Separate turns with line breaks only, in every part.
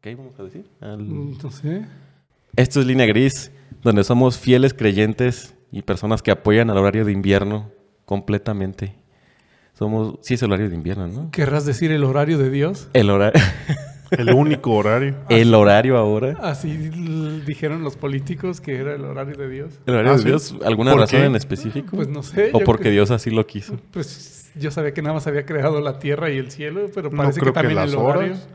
¿Qué íbamos a decir?
Mm.
Al-
Entonces,
Esto es Línea Gris, donde somos fieles creyentes y personas que apoyan al horario de invierno completamente. Somos, sí es el horario de invierno, ¿no?
¿querrás decir el horario de Dios?
El horario,
Ah, El único horario.
el horario ahora.
Así l- dijeron los políticos que era el horario de Dios.
El horario
Ah,
de
¿sí?
Dios, ¿alguna
¿Por
razón
qué?
en específico?
Pues no sé.
o
yo
porque
cre-
Dios así lo quiso.
Pues yo sabía que nada más había creado la tierra y el cielo, pero
No
parece
creo
que
que
también
las
el horario.
horas.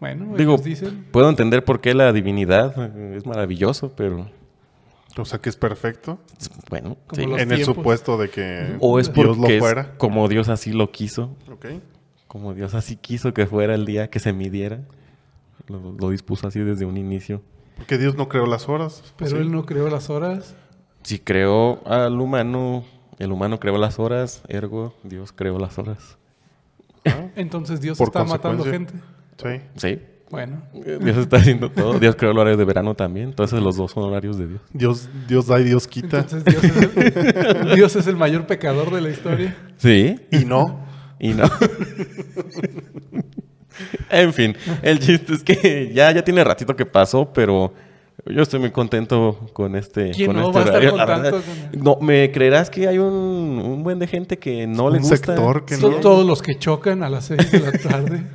Bueno,
Digo,
ellos dicen.
puedo entender por qué la divinidad eh, es maravilloso, pero
O sea, que es perfecto.
bueno,
Como
sí.
Los
en el
tiempos.
supuesto de que
o es
Dios lo
porque es
fuera.
como Dios así lo quiso,
Ok.
como Dios así quiso que fuera el día que se midiera, lo, lo dispuso así desde un inicio.
Porque Dios no creó las horas.
Pero
Sí.
él no creó las horas.
Si creó al humano, el humano creó las horas, ergo Dios creó las horas.
Ah,
Entonces Dios
Por
está matando gente.
consecuencia. sí.
Sí,
Bueno,
Dios está haciendo todo. Dios creó el horario de verano también, entonces los dos son horarios de Dios.
Dios, Dios da y Dios quita.
entonces Dios es, el, Dios es el mayor pecador de la historia.
Sí,
y no.
Y no. en fin, el chiste es que ya, ya tiene ratito que pasó, pero yo estoy muy contento con este.
¿Quién
con
no
este
va a estar
horario, la
contento
verdad.
con-
No, me creerás que hay un, un buen de gente que no le
Un
gusta.
sector que
Son
no.
todos los que chocan a las seis de la tarde.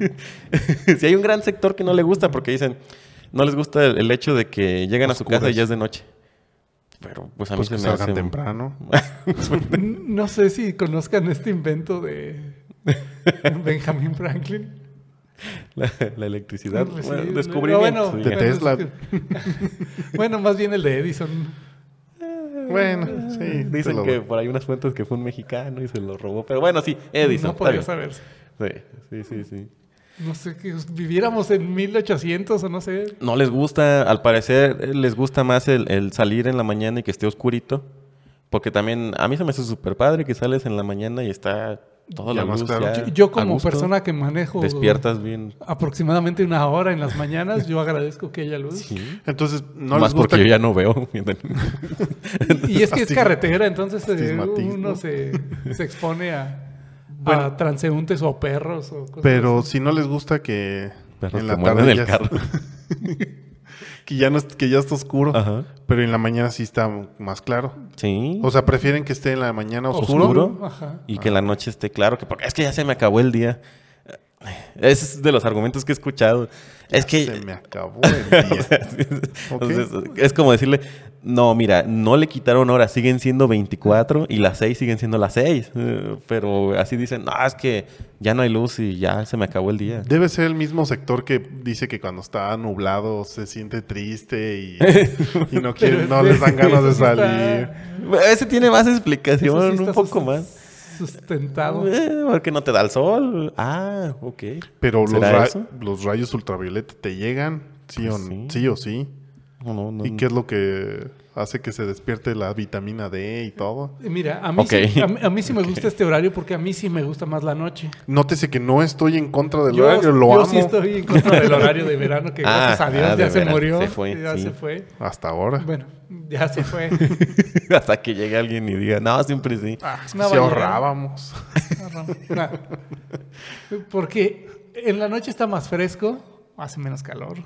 si hay un gran sector que no le gusta porque dicen, no les gusta el, el hecho de que llegan a su casa y
Oscuras.
ya es de noche. Pero pues a mí
Pues
se
que
me
salgan
hace-
temprano.
No sé si conozcan este invento de Benjamin Franklin.
la, la electricidad.
Sí,
Bueno,
no,
descubrimiento.
bueno,
De
digamos.
bueno,
Tesla.
es que- bueno, más bien el de Edison.
bueno, sí. te
Dicen
lo
que
doy.
por ahí unas fuentes que fue un mexicano y se lo robó. Pero bueno, sí, Edison.
No
está
podría
bien.
saberse.
Sí, sí, sí, sí.
No sé, que viviéramos en 1800 o no sé.
No les gusta, al parecer, eh, les gusta más el, el salir en la mañana y que esté oscurito. Porque también a mí se me hace súper padre que sales en la mañana y está toda
Ya
la
más
luz
claro.
ya
Yo, yo
a
como
gusto,
persona que manejo
Despiertas bien.
aproximadamente una hora en las mañanas, yo agradezco que haya luz.
Sí.
Entonces, no
más
les gusta.
porque yo ya no veo.
Y es que es
Astigma-
carretera, entonces eh,
astigmatismo.
uno se, se expone a, a
Bueno.
transeúntes o perros o cosas
Pero si no les gusta que
Perros que
en la
muerden
tarde
el
ya,
carro.
que ya no es- que ya está oscuro,
Ajá.
pero en la mañana sí está más claro.
Sí.
O sea, prefieren que esté en la mañana oscuro.
oscuro.
Ajá.
Y que la noche esté claro, que porque es que ya se me acabó el día. Ese es de los argumentos que he escuchado. es que
Se me acabó el día.
O sea, sí, sí.
Ok.
Entonces, es como decirle, no, mira, no le quitaron horas, siguen siendo 24 y las 6 siguen siendo las 6. Eh, Pero así dicen, no, es que ya no hay luz y ya se me acabó el día.
Debe ser el mismo sector que dice que cuando está nublado se siente triste y, y
Pero
no, quieren, no les dan ganas de
eso sí
salir.
está-
Ese tiene más
eso sí
explicación,
está
un poco
sus-
más.
Sustentado.
Eh, porque no te da el sol. Ah, ok.
Pero los,
¿Será
ra-
eso?
los rayos ultravioleta te llegan, sí o
Pues sí.
sí, o sí.
No, no, no.
¿Y qué es lo que hace que se despierte la vitamina D y todo?
Mira, a mí,
Ok.
sí, a, mí- a mí sí me gusta este horario porque a mí sí me gusta más la noche.
Nótese que no estoy en contra del
Yo,
horario, lo
yo
amo
sí estoy en contra del horario de verano que
Ah,
gracias a Dios
ah, de
ya se
verano,
murió.
se fue,
ya
sí.
se fue.
hasta ahora.
Bueno, ya se fue.
Hasta que llegue alguien y diga, no, siempre sí.
Ah,
Si
una bañera.
ahorrábamos.
Ah, Nah. Porque en la noche está más fresco, hace menos calor.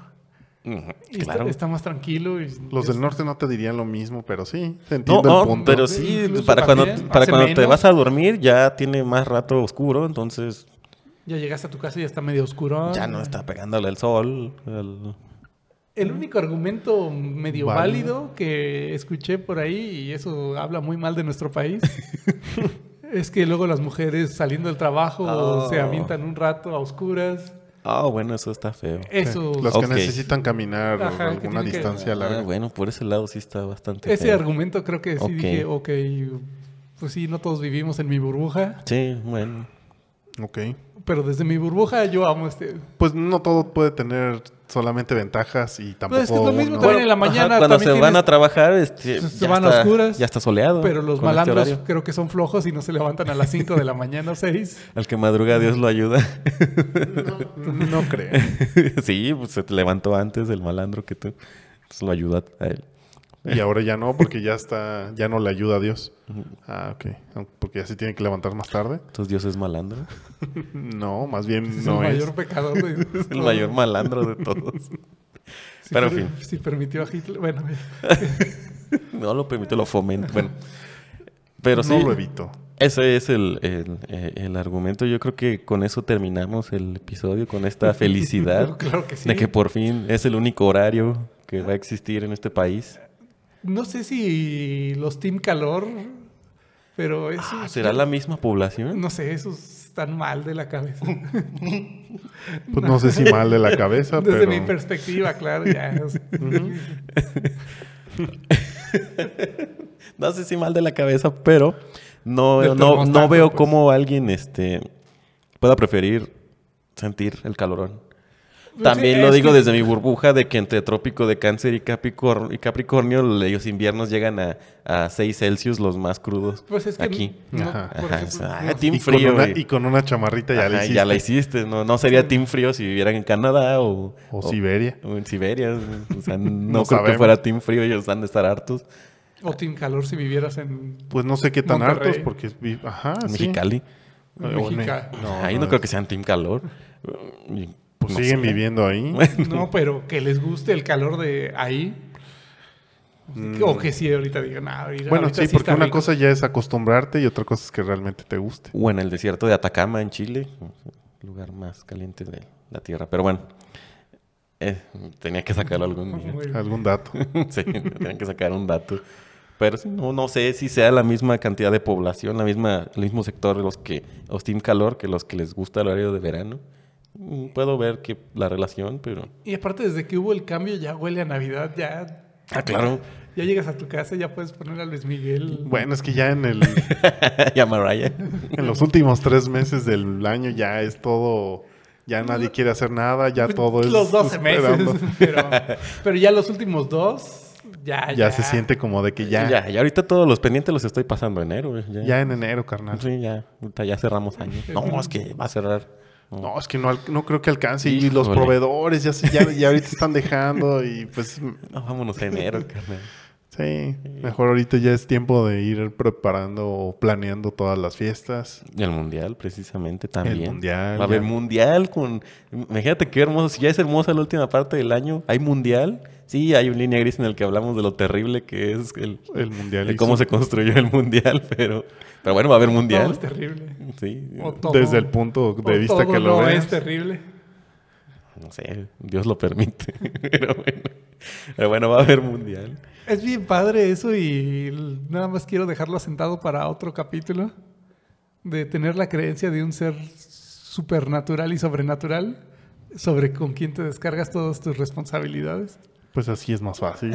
Ujú,
y está-
Claro.
está, más tranquilo. y-
Los
es-
del norte no te dirían lo mismo, pero sí,
No,
entiendo
no,
el punto.
pero
Sí,
sí,
incluso
para cuando,
también
para
hace
cuando te
menos.
vas a dormir ya tiene más rato oscuro, entonces
Ya llegaste a tu casa y ya está medio oscuro.
ya no está pegándole el sol. el-
El único argumento medio
Válido.
válido que escuché por ahí, y eso habla muy mal de nuestro país, es que luego las mujeres saliendo del trabajo
Oh.
se avientan un rato a oscuras.
Ah, bueno, eso está feo.
Eso.
Los
Ok.
que necesitan caminar
Ajá, que
alguna
tienen que-
distancia
Ah,
larga.
bueno, por ese lado sí está bastante
Ese
feo.
argumento creo que sí
Ok.
dije, ok, pues sí, no todos vivimos en mi burbuja,
Sí, bueno.
Ok.
pero desde mi burbuja yo amo este.
Pues no todo puede tener solamente ventajas y tampoco.
Pues es que es lo mismo
uno-
también en la
Ajá,
mañana.
cuando se
también
van
tienes-
a trabajar, este,
se
ya
van a
está-
oscuras,
Ya está soleado.
Pero los
con este
malandros
horario.
creo que son flojos y no se levantan a las 5 de la mañana o 6.
Al que madruga, Dios lo ayuda.
No creo.
sí, pues se te levantó antes el malandro que tú. Entonces lo Pues, ayuda a él.
Y ahora ya no, porque ya está, ya no le ayuda a Dios. Ah, ok. Ah, Porque ya se tiene que levantar más tarde.
Entonces Dios es malandro.
No, más bien
Es
no
el
es.
mayor pecador. de-
Es el mayor malandro de todos.
Si
pero en
per-
fin.
Si permitió a Hitler. Bueno,
No lo permito, lo fomento. Bueno. Pero sí.
No lo evito.
Ese es el, el- eh, el argumento. Yo creo que con eso terminamos el episodio, con esta felicidad
claro que sí.
de que por fin es el único horario que va a existir en este país.
No sé si los Team Calor, pero eso.
Ah, ¿Será la misma población?
No sé, esos están mal de la cabeza.
Pues no sé si mal de la cabeza,
Desde
pero.
mi perspectiva, claro, ya. o sea,
No sé si mal de la cabeza, pero no,
Pero
no,
tenemos
no
tacos,
veo
pues.
cómo alguien este, pueda preferir sentir el calorón. También
sí,
lo
es
digo
que-
desde mi burbuja de que entre Trópico de Cáncer y Capricor- y Capricornio, los inviernos llegan a, a 6 Celsius, los más crudos.
Pues es que.
aquí.
no,
Ajá.
por
Ajá,
ejemplo,
ah,
no-
team
y,
frío.
con una,
güey.
y con una chamarrita ya
Ajá,
la hiciste.
ya la hiciste, ¿no? No sería Team Frío si vivieran en Canadá o,
O Siberia.
o en Siberia. O sea, no, creo
No
que
sabemos.
fuera Team Frío, ellos han de estar hartos.
O Team Calor si vivieras en.
Pues no sé qué tan
Monterrey.
hartos, porque. es vi- Ajá,
Ah,
sí.
Mexicali.
Eh, o ne-
Mexica-
No, Ahí no, creo que sean Team Calor. Y-
Pues
no
siguen
sé. ¿eh?
viviendo ahí.
No, pero que les guste el calor de ahí. O que sí, ahorita digan, ah, ahorita-
Mm. Bueno,
ahorita
sí, porque
está
una
rico".
cosa ya es acostumbrarte y otra cosa es que realmente te guste.
O en el desierto de Atacama, en Chile. Lugar más caliente de la tierra. Pero bueno, eh, tenía que sacarlo algún día.
Muy bien.
Algún dato.
sí, tienen que sacar un dato. Pero sí, no, no sé si sea la misma cantidad de población, la misma, el mismo sector de los que los Team Calor que los que les gusta el horario de verano. Mm, Puedo ver que la relación, pero...
Y aparte, desde que hubo el cambio, ya huele a Navidad, ya.
Ah, claro.
Ya llegas a tu casa, ya puedes poner a Luis Miguel.
Bueno, es que ya en el,
ya Mariah.
en los últimos tres meses del año ya es todo, ya nadie quiere hacer nada, ya todo es
Los 12
esperando.
meses. Pero, pero ya los últimos dos, ya.
Ya, se siente como de que
Ya.
ya, ya,
ya, ahorita todos los pendientes los estoy pasando enero. güey, Ya,
en enero, carnal.
Sí, ya, ahorita ya cerramos año. No, es que va a cerrar.
No, es que no, al- no creo que alcance. Y los
Híjole.
proveedores ya, se- ya, ya ahorita están dejando y pues
No, vámonos a enero, carnal.
sí, mejor ahorita ya es tiempo de ir preparando o planeando todas las fiestas.
Y el mundial, precisamente, también.
mundial,
Va a haber
ya.
mundial con... Imagínate qué hermoso. Si ya es hermosa la última parte del año, ¿hay mundial? Sí, hay un línea gris en el que hablamos de lo terrible que es el...
El mundial.
de cómo
hizo
se construyó el mundial, pero... Pero bueno, va a haber
Mundial.
mundial.
este-
es terrible.
Sí.
O todo-
Desde el punto de
o
vista
todo este.
que lo
no
ves.
es terrible.
No sé, Dios lo permite. pero bueno. Pero bueno, va a haber mundial.
Es bien padre eso y l- nada más quiero dejarlo asentado para otro capítulo de tener la creencia de un ser supernatural y sobrenatural sobre con quién te descargas todas tus responsabilidades.
Pues así es más fácil.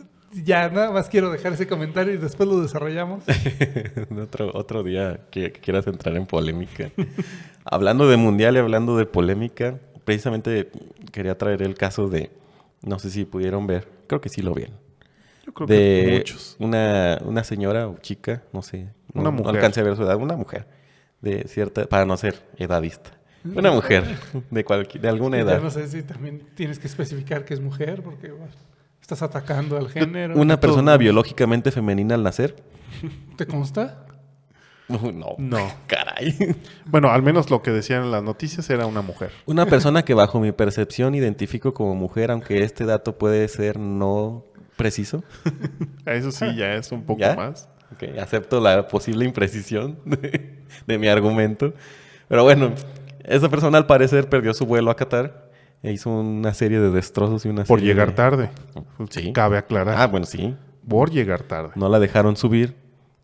ya nada más quiero dejar ese comentario y después lo desarrollamos.
otro, otro día que, que quieras entrar en polémica. hablando de mundial y hablando de polémica, precisamente quería traer el caso de, no sé si pudieron ver, creo que sí lo vieron,
Yo creo
de
que muchos.
Una, una señora o chica, no sé, no-
Una
no
mujer.
alcancé a ver su edad, una mujer de cierta, para no ser edadista. Una mujer de, cualqui- de alguna edad.
Ya no sé si también tienes que especificar que es mujer porque bueno, estás atacando al género.
Una persona biológicamente femenina al nacer.
¿Te consta?
No.
No.
Caray.
Bueno, al menos lo que decían en las noticias era una mujer.
Una persona que bajo mi percepción identifico como mujer, aunque este dato puede ser no preciso.
Eso sí, ya es un poco
Ah. ¿Ya?
más.
Ok, acepto la posible imprecisión de, de mi argumento. Pero bueno, esa persona al parecer perdió su vuelo a Qatar e hizo una serie de destrozos y una
Por
serie
llegar
de-
tarde.
Mm, Sí.
Cabe aclarar.
Ah, bueno, sí.
Por llegar tarde.
No la dejaron subir.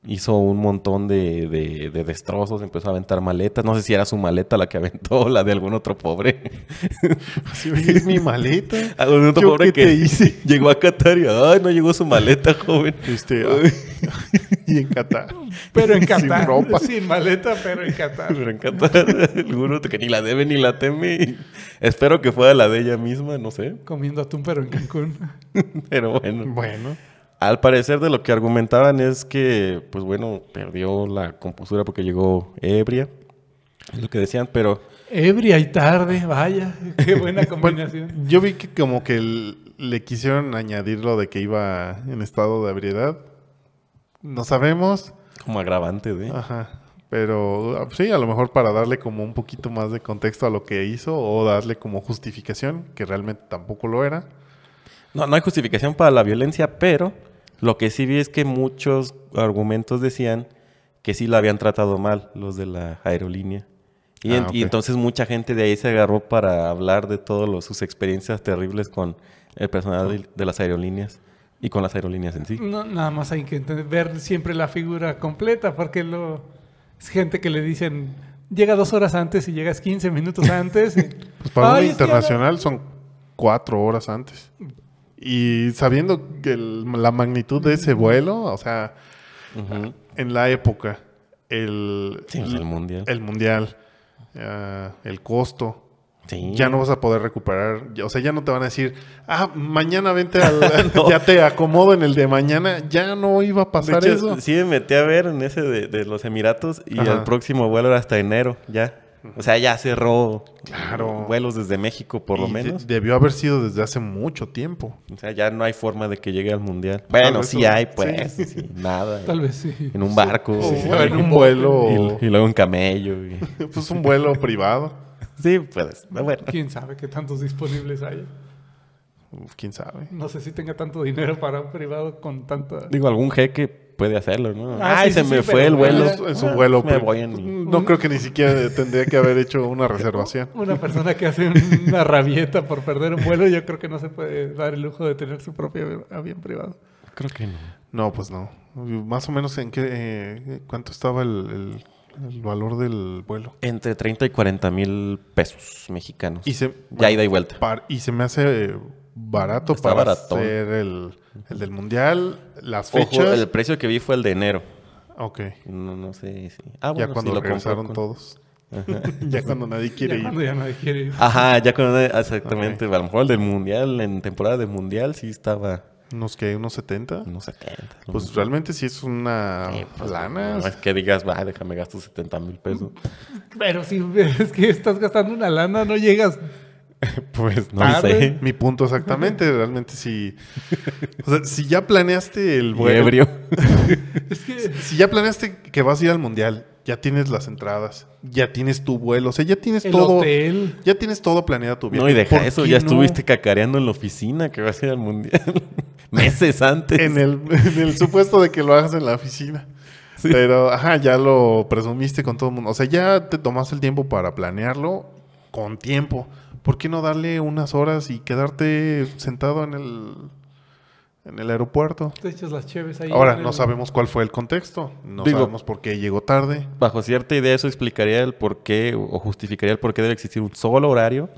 Hizo un montón de, de- de destrozos, empezó a aventar maletas. No sé si era su maleta la que aventó o la de algún otro pobre.
Así, oye, es mi maleta.
Algún otro
¿Yo
pobre
qué
que
te hice?
llegó a Qatar y ay, no llegó su maleta, joven.
Este, ah, y en Qatar.
Pero en Qatar.
Sin ropa.
Sin maleta, pero en Qatar.
Pero en Qatar, alguno que ni la debe ni la teme. Espero que fuera la de ella misma, no sé.
Comiendo atún, pero en Cancún.
Pero bueno.
Bueno,
Al parecer de lo que argumentaban es que, pues bueno, perdió la compostura porque llegó ebria. Es lo que decían, pero
Ebria y tarde, vaya, qué buena combinación.
yo vi que como que el- le quisieron añadir lo de que iba en estado de ebriedad. No sabemos.
Como agravante de.
Ajá. Pero ah, sí, a lo mejor para darle como un poquito más de contexto a lo que hizo o darle como justificación, que realmente tampoco lo era.
No, no hay justificación para la violencia, pero lo que sí vi es que muchos argumentos decían que sí la habían tratado mal los de la aerolínea. Y,
Ah,
en- y
ok.
entonces mucha gente de ahí se agarró para hablar de todas sus experiencias terribles con el personal de, de las aerolíneas y con las aerolíneas en sí.
No, nada más hay que entender- ver siempre la figura completa, porque lo, es gente que le dicen, llega dos horas antes y llegas 15 minutos antes. y-
Pues para
"Ay,
un
es que ahora-".
internacional son cuatro horas antes. Y sabiendo que el- la magnitud de ese vuelo, o sea,
Ujú.
en la época, el,
Sí, o sea, el mundial.
el mundial, ah, el costo,
Sí.
ya no vas a poder recuperar. ya- O sea, ya no te van a decir, ah, mañana vente al.
No.
Ya te acomodo en el de mañana. Ya no iba a
De
pasar
hecho,
eso.
sí me metí a ver en ese de, de los Emiratos y
Ajá.
el próximo vuelo era hasta enero, ya. O sea, ya cerró
Claro.
vuelos desde México por lo
Y de-
menos.
debió haber sido desde hace mucho tiempo.
O sea, ya no hay forma de que llegue al mundial.
Tal
Bueno,
vez
sí
un-
hay, pues.
sí.
sí, nada.
Tal vez sí.
En un barco.
O
sí.
en un vuelo.
Y, y luego en camello. y-
Pues un vuelo privado.
Sí, pues. no, Bueno.
¿Quién sabe qué tantos disponibles hay?
Uf, quién sabe.
No sé si tenga tanto dinero para un privado con tanta...
Digo, algún jeque puede hacerlo, ¿no?
Ah,
Ay,
sí,
se
sí,
me
sí,
fue
pero-
el vuelo.
Es, es un vuelo.
Me
pri-
voy en mi-
No creo que ni siquiera tendría que haber hecho una reservación.
Una persona que hace una rabieta por perder un vuelo, yo creo que no se puede dar el lujo de tener su propio avión privado.
Creo que no.
No, pues no. Más o menos en qué. eh, ¿Cuánto estaba el, el- el valor del vuelo?
Entre 30 y 40 mil pesos mexicanos.
Y se,
ya ida y vuelta.
par- y se me hace eh, barato
Está
para
baratón.
hacer el, el del mundial, las
Ojo,
fechas.
el precio que vi fue el de enero.
Ok.
No, no sé. si- Ah, bueno,
ya
sí,
cuando
lo compré
regresaron
con-
todos.
Ajá.
Ya cuando nadie quiere
ya
ir.
cuando ya nadie quiere ir.
Ajá, ya cuando. Exactamente. A lo mejor el del mundial, en temporada de mundial, sí estaba.
Unos que unos 70.
No 70. lo
Pues realmente sí es una
Sí, pues,
lana.
No es que digas, va, déjame gasto 70 mil pesos.
Pero si ves que estás gastando una lana, no llegas
pues no
Tarde.
sé.
Mi punto exactamente, realmente si, o sea, si ya planeaste el
Y
vuelo,
ebrio.
Es que
si ya planeaste que vas a ir al mundial, ya tienes las entradas, ya tienes tu vuelo, o sea, ya tienes
el
todo,
hotel.
ya tienes todo planeado tu viaje.
No, y deja
¿Por
eso,
qué
ya
no?
estuviste cacareando en la oficina que va a ser al mundial. Meses antes.
en el, en el supuesto de que lo hagas en la oficina.
Sí.
Pero, ajá, ya lo presumiste con todo el mundo. O sea, ya te tomaste el tiempo para planearlo con tiempo. ¿Por qué no darle unas horas y quedarte sentado en el, en el aeropuerto?
Te echas las cheves ahí.
Ahora,
en
no
el-
sabemos cuál fue el contexto. No
Digo-
sabemos por qué llegó tarde.
Bajo cierta idea, eso explicaría el por qué o justificaría el por qué debe existir un solo horario.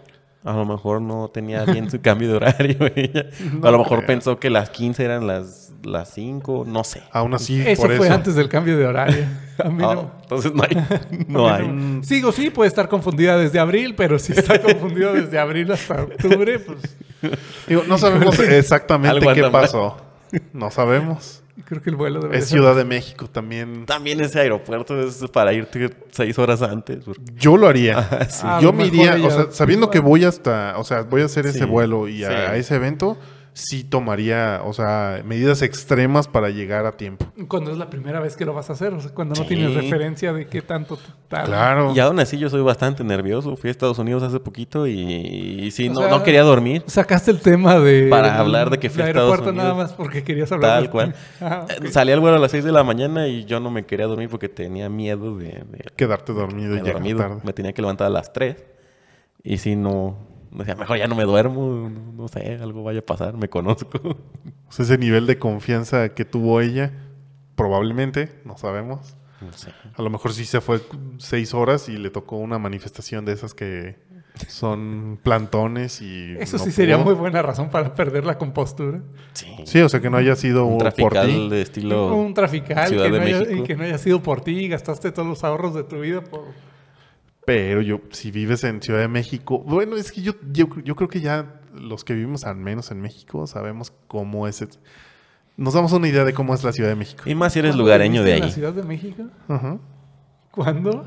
A lo mejor no tenía bien su cambio de horario. ella. a lo mejor
creo.
pensó que las 15 eran las, las 5, no sé.
Aún así,
Eso
por
fue
eso.
antes del cambio de horario. A mí
Ah,
no.
entonces no hay. No
A mí
hay.
no. Sigo, sí, puede estar confundida desde abril, pero si está confundida desde abril hasta octubre, pues
Digo, no sabemos exactamente
Algo
qué
anda mal.
pasó. No sabemos.
creo que el vuelo debe
Es Ciudad de México también.
También ese aeropuerto es para irte seis horas antes. porque-
Yo lo haría.
sí.
Ah, a
yo
lo
me
mejor
iría, o
ella-
sea, sabiendo que voy hasta, o sea, voy a hacer
Sí,
ese vuelo y a,
sí.
a ese evento, sí tomaría, o sea, medidas extremas para llegar a tiempo.
Cuando es la primera vez que lo vas a hacer, o sea, cuando no
Sí.
tienes referencia de qué tanto tal.
Claro.
Y aún así yo soy bastante nervioso. Fui a Estados Unidos hace poquito y, y sí,
O
no,
sea,
no quería dormir.
Sacaste el tema de.
Para hablar de que fui
del
a Estados
aeropuerto
Unidos.
nada más porque querías hablar.
Tal
de-
cual.
Ajá,
Eh,
ah, ok.
Salí al vuelo a las 6 de la mañana y yo no me quería dormir porque tenía miedo de... de-
Quedarte dormido
de
y llegar
dormido.
tarde.
Me tenía que levantar a las 3. Y si no... Decía, mejor ya no me duermo. No, no sé, algo vaya a pasar. Me conozco.
O sea, ese nivel de confianza que tuvo ella, probablemente, no sabemos.
No sé.
A lo mejor sí se fue seis horas y le tocó una manifestación de esas que son plantones y...
Eso
no
sí sería
pudo.
muy buena razón para perder la la compostura.
Sí.
Sí, o sea, que no haya sido
Un
por
trafical
ti.
de estilo...
un trafical
Ciudad
que
de
no, haya,
México.
y que no haya sido por ti y gastaste todos los ahorros de tu vida por...
Pero yo, si vives en Ciudad de México, bueno, es que yo, yo, yo creo que ya los que vivimos al menos en México sabemos cómo es. et- Nos damos una idea de cómo es la Ciudad de México.
Y más si eres
¿Cuándo
lugareño de
viviste en la
ahí.
Ciudad de México?
Ajá.
¿Cuándo?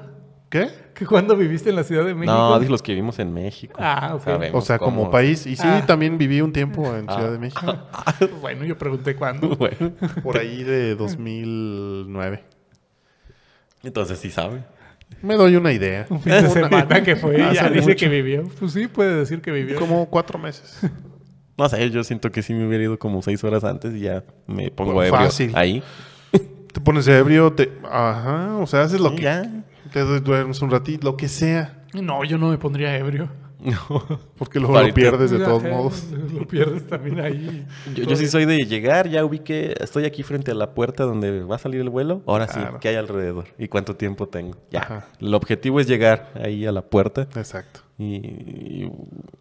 ¿Qué?
¿Que cuándo viviste en la Ciudad de México?
No, dije los que vivimos en México.
Ah, ok.
Sabemos
O sea,
cómo-
como país. Y sí,
Ah.
también viví un tiempo en
Ah.
Ciudad de México.
bueno, yo pregunté cuándo.
Bueno,
Por ahí de 2009.
entonces sí sabe.
Me doy una idea.
Un fin de
Una-
semana que fue y ya
Hace
dice
mucho.
que vivió. Pues sí, puede decir que vivió.
Como cuatro meses.
No sé, yo siento que sí me hubiera ido como seis horas antes y ya me pongo
Pues,
ebrio
fácil.
ahí.
Te pones ebrio, te... Ajá, o sea, haces lo
Y
que...
ya.
Te du- duermes un ratito, lo que sea.
No, yo no me pondría ebrio.
Porque luego
Ahorita-
lo pierdes de
Ajá,
todos modos.
eh, Lo pierdes también ahí.
Yo, yo sí soy de llegar, ya ubiqué, estoy aquí frente a la puerta donde va a salir el vuelo. Ahora sí,
Claro.
¿qué hay alrededor? ¿Y cuánto tiempo tengo? Ya.
Ajá.
El objetivo es llegar ahí a la puerta.
Exacto.
Y, y,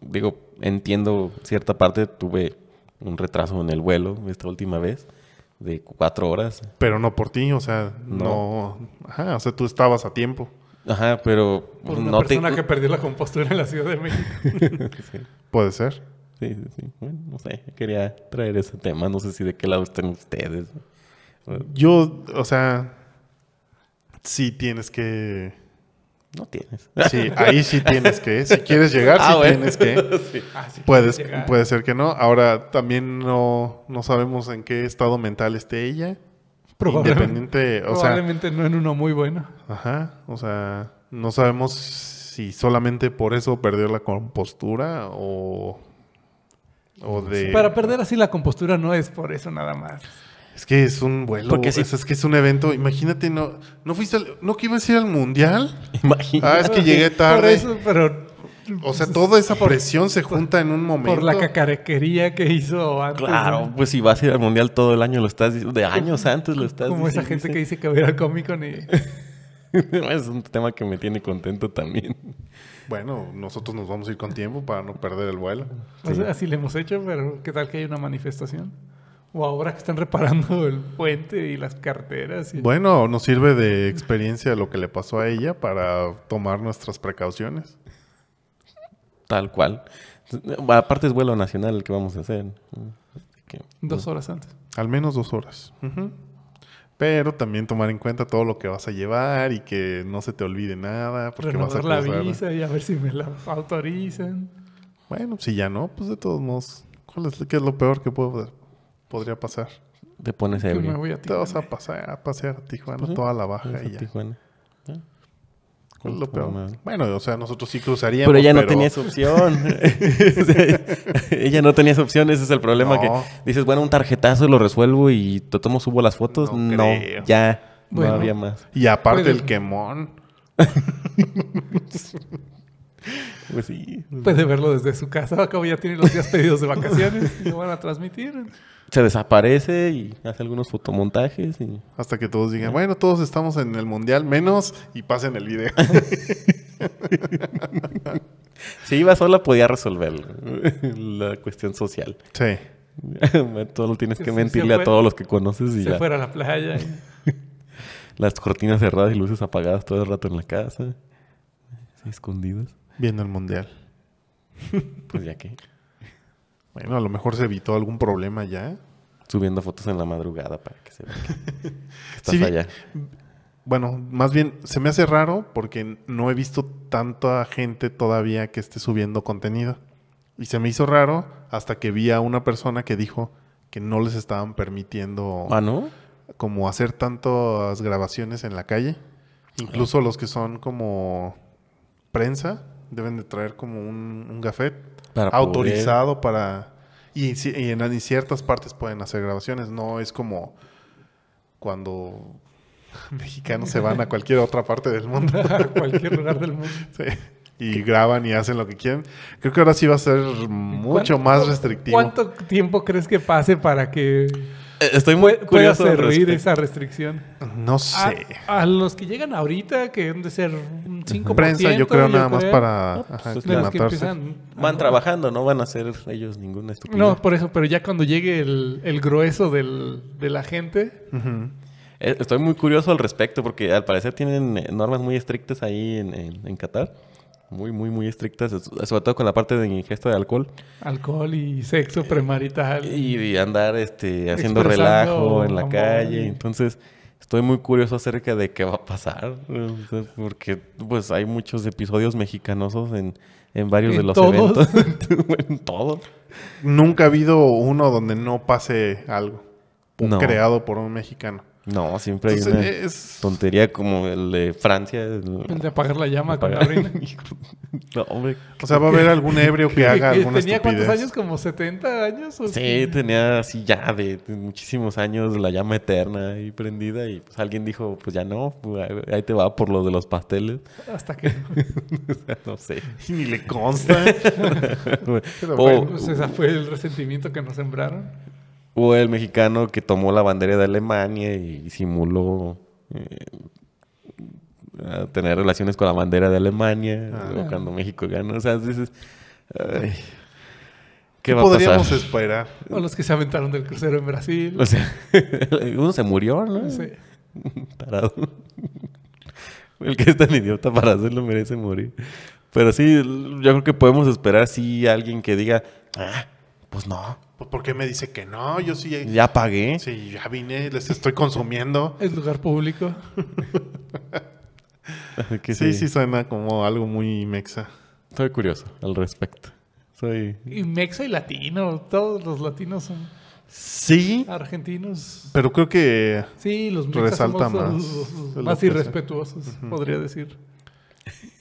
digo, entiendo cierta parte, tuve un retraso en el vuelo esta última vez de cuatro horas.
Pero no por ti, o sea, no.
No.
Ajá, o sea, tú estabas a tiempo.
Ajá, pero
Por una
no te...
persona que perdió la compostura en la Ciudad de México.
Sí,
Puede ser.
sí, sí, sí. Bueno, no sé, quería traer ese tema, no sé si de qué lado estén ustedes.
Yo, o sea, sí tienes que.
No tienes.
Sí, ahí sí tienes que. Si quieres llegar,
Ah,
sí
bueno.
tienes que.
Ah, sí,
Puedes,
llegar.
puede ser que no. Ahora también no, no sabemos en qué estado mental esté ella.
Probablemente,
Independiente, o sea,
probablemente no en uno muy bueno.
ajá, o sea, no sabemos si solamente por eso perdió la compostura o, o de.
Para perder así la compostura no es por eso nada más.
Es que es un vuelo,
Porque
o
sí.
sea, es que es un evento. Imagínate, no, no fuiste, al- no que ibas a ir al mundial. Ah,
Imagínate.
es que llegué
Por
tarde.
eso, pero
O sea, toda esa presión se junta en un momento.
por la cacarequería que hizo antes.
Claro,
¿no?
pues si vas a ir al mundial todo el año, lo estás dic- de años antes lo estás
Como esa gente que dice que va a ir al cómico ni...
que es un tema que me tiene contento también.
Bueno, nosotros nos vamos a ir con tiempo para no perder el vuelo.
O sea, así le hemos hecho, pero ¿qué tal que hay una manifestación? O ahora que están reparando el puente y las carreteras. y-
Bueno, nos sirve de experiencia lo que le pasó a ella para tomar nuestras precauciones.
Tal cual. Aparte es vuelo nacional el que vamos a hacer. Que-
Dos horas antes.
Al menos dos horas. Ujú. Pero también tomar en cuenta todo lo que vas a llevar y que no se te olvide nada. Porque vas a
Renovar la
cruzar-
visa y a ver si me la autorizan.
Bueno, si ya no, pues de todos modos, ¿cuál es, qué es lo peor que puedo- podría pasar?
Te pones
Que me
ebrio.
voy a
Te vas a
Tijuana.
pasear a, pasear a Tijuana
Pues sí,
toda la
Vas
baja
a
y ya.
Tijuana.
¿Cuál es lo
Como
peor?
mal.
Bueno, o sea, nosotros sí cruzaríamos.
Pero ella no tenía esa opción. O sea, ella no tenía esa opción, ese es el problema
No.
que dices, bueno, un tarjetazo lo resuelvo y to- tomo subo las fotos.
No
No,
creo.
ya
Bueno.
no había más.
Y aparte
Puede-
el quemón.
Pues sí.
Puede verlo desde su casa. Acabo ya tiene los días pedidos de vacaciones y lo van a transmitir.
Se desaparece y hace algunos fotomontajes y
Hasta que todos digan, bueno, todos estamos en el mundial, menos y pasen el video.
Si iba sola podía resolverlo. La cuestión social.
sí.
Todo lo tienes
Sí,
que
sí,
mentirle
se fue.
a todos los que conoces y
Se
ya.
fuera a la playa. y-
Las cortinas cerradas y luces apagadas todo el rato en la casa. Así, escondidas.
Viendo el mundial.
Pues ya que.
Bueno, a lo mejor se evitó algún problema ya.
Subiendo fotos en la madrugada para que se vea que, que estás
Sí, vi-
allá.
Bueno, más bien se me hace raro porque no he visto tanta gente todavía que esté subiendo contenido. Y se me hizo raro hasta que vi a una persona que dijo que no les estaban permitiendo
Ah, ¿no?
como hacer tantas grabaciones en la calle. Incluso los que son como prensa deben de traer como un, un gafet
Para poder-
autorizado para... Y, en ci- y en, en ciertas partes pueden hacer grabaciones, no es como cuando mexicanos se van a cualquier otra parte del mundo
a cualquier lugar del mundo.
sí, y graban y hacen lo que quieren. Creo que ahora sí va a ser mucho
¿Cuánto-
más restrictivo.
¿Cuánto tiempo crees que pase para que
Eh, Estoy muy
pue- pueda
curioso. al
servir
respecto.
esa restricción?
No sé.
A-
Ah,
A, los que llegan ahorita, que han de ser un 5%.
Prensa yo creo nada más
creo,
para
No, pues
ajá,
es
de los que
aclimatarse.
empiezan-
Van trabajando, no van a hacer ellos ninguna estupidez.
No, por eso, pero ya cuando llegue el, el grueso del, de la gente,
Ujú.
Eh, Estoy muy curioso al respecto porque al parecer tienen eh, normas muy estrictas ahí en, en- en Qatar. Muy, muy, muy estrictas, so- sobre todo con la parte de ingesta de alcohol
alcohol y sexo premarital.
y, y andar este, haciendo
Expresando
relajo en la
amor.
calle. Entonces, Estoy muy curioso acerca de qué va a pasar, o sea, porque pues hay muchos episodios mexicanosos en, en varios
En
de los
todos.
eventos. en todo.
Nunca ha habido uno donde no pase algo
No,
creado por un mexicano.
no, siempre hay
Entonces,
una
es-
tontería como el de Francia. el-
eh, El de apagar la llama con
Apagar.
Sabrina.
No, hombre.
O sea, va a haber algún ebrio que haga
¿Tenía
alguna
cuántos
estupidez.
años? ¿Como 70 años? ¿O
Sí, tenía así ya de, de muchísimos años la llama eterna ahí prendida y pues alguien dijo, pues ya no, pues, ahí- ahí te va por lo de los pasteles.
Hasta que
O sea, no sé.
Y ni le consta.
o,
bueno,
pues ese fue el resentimiento que nos sembraron.
o el mexicano que tomó la bandera de Alemania y simuló eh, a tener relaciones con la bandera de Alemania
Ah.
luego cuando México ganó. O sea, dices, ay, ¿qué
¿Qué
va a pasar?
podríamos esperar?
O los que se aventaron del crucero en Brasil.
O
Pues
sea, uno se murió, ¿no?
Sí.
Tarado. El que es tan idiota para hacerlo merece morir. Pero sí, yo creo que podemos esperar si alguien que diga, ah, pues no,
Pues, ¿Por qué me dice que no? Yo sí,
ya pagué.
sí, ya vine, les estoy consumiendo.
Es lugar público.
Que
sí, sí suena como algo muy mexa.
Estoy curioso al respecto. Soy...
Y mexa y latino. Todos los latinos son
Sí,
argentinos.
pero creo que
Sí, los mexas
Resalta
somos los-
más
los- los
lo
más
que sea.
irrespetuosos, podría decir.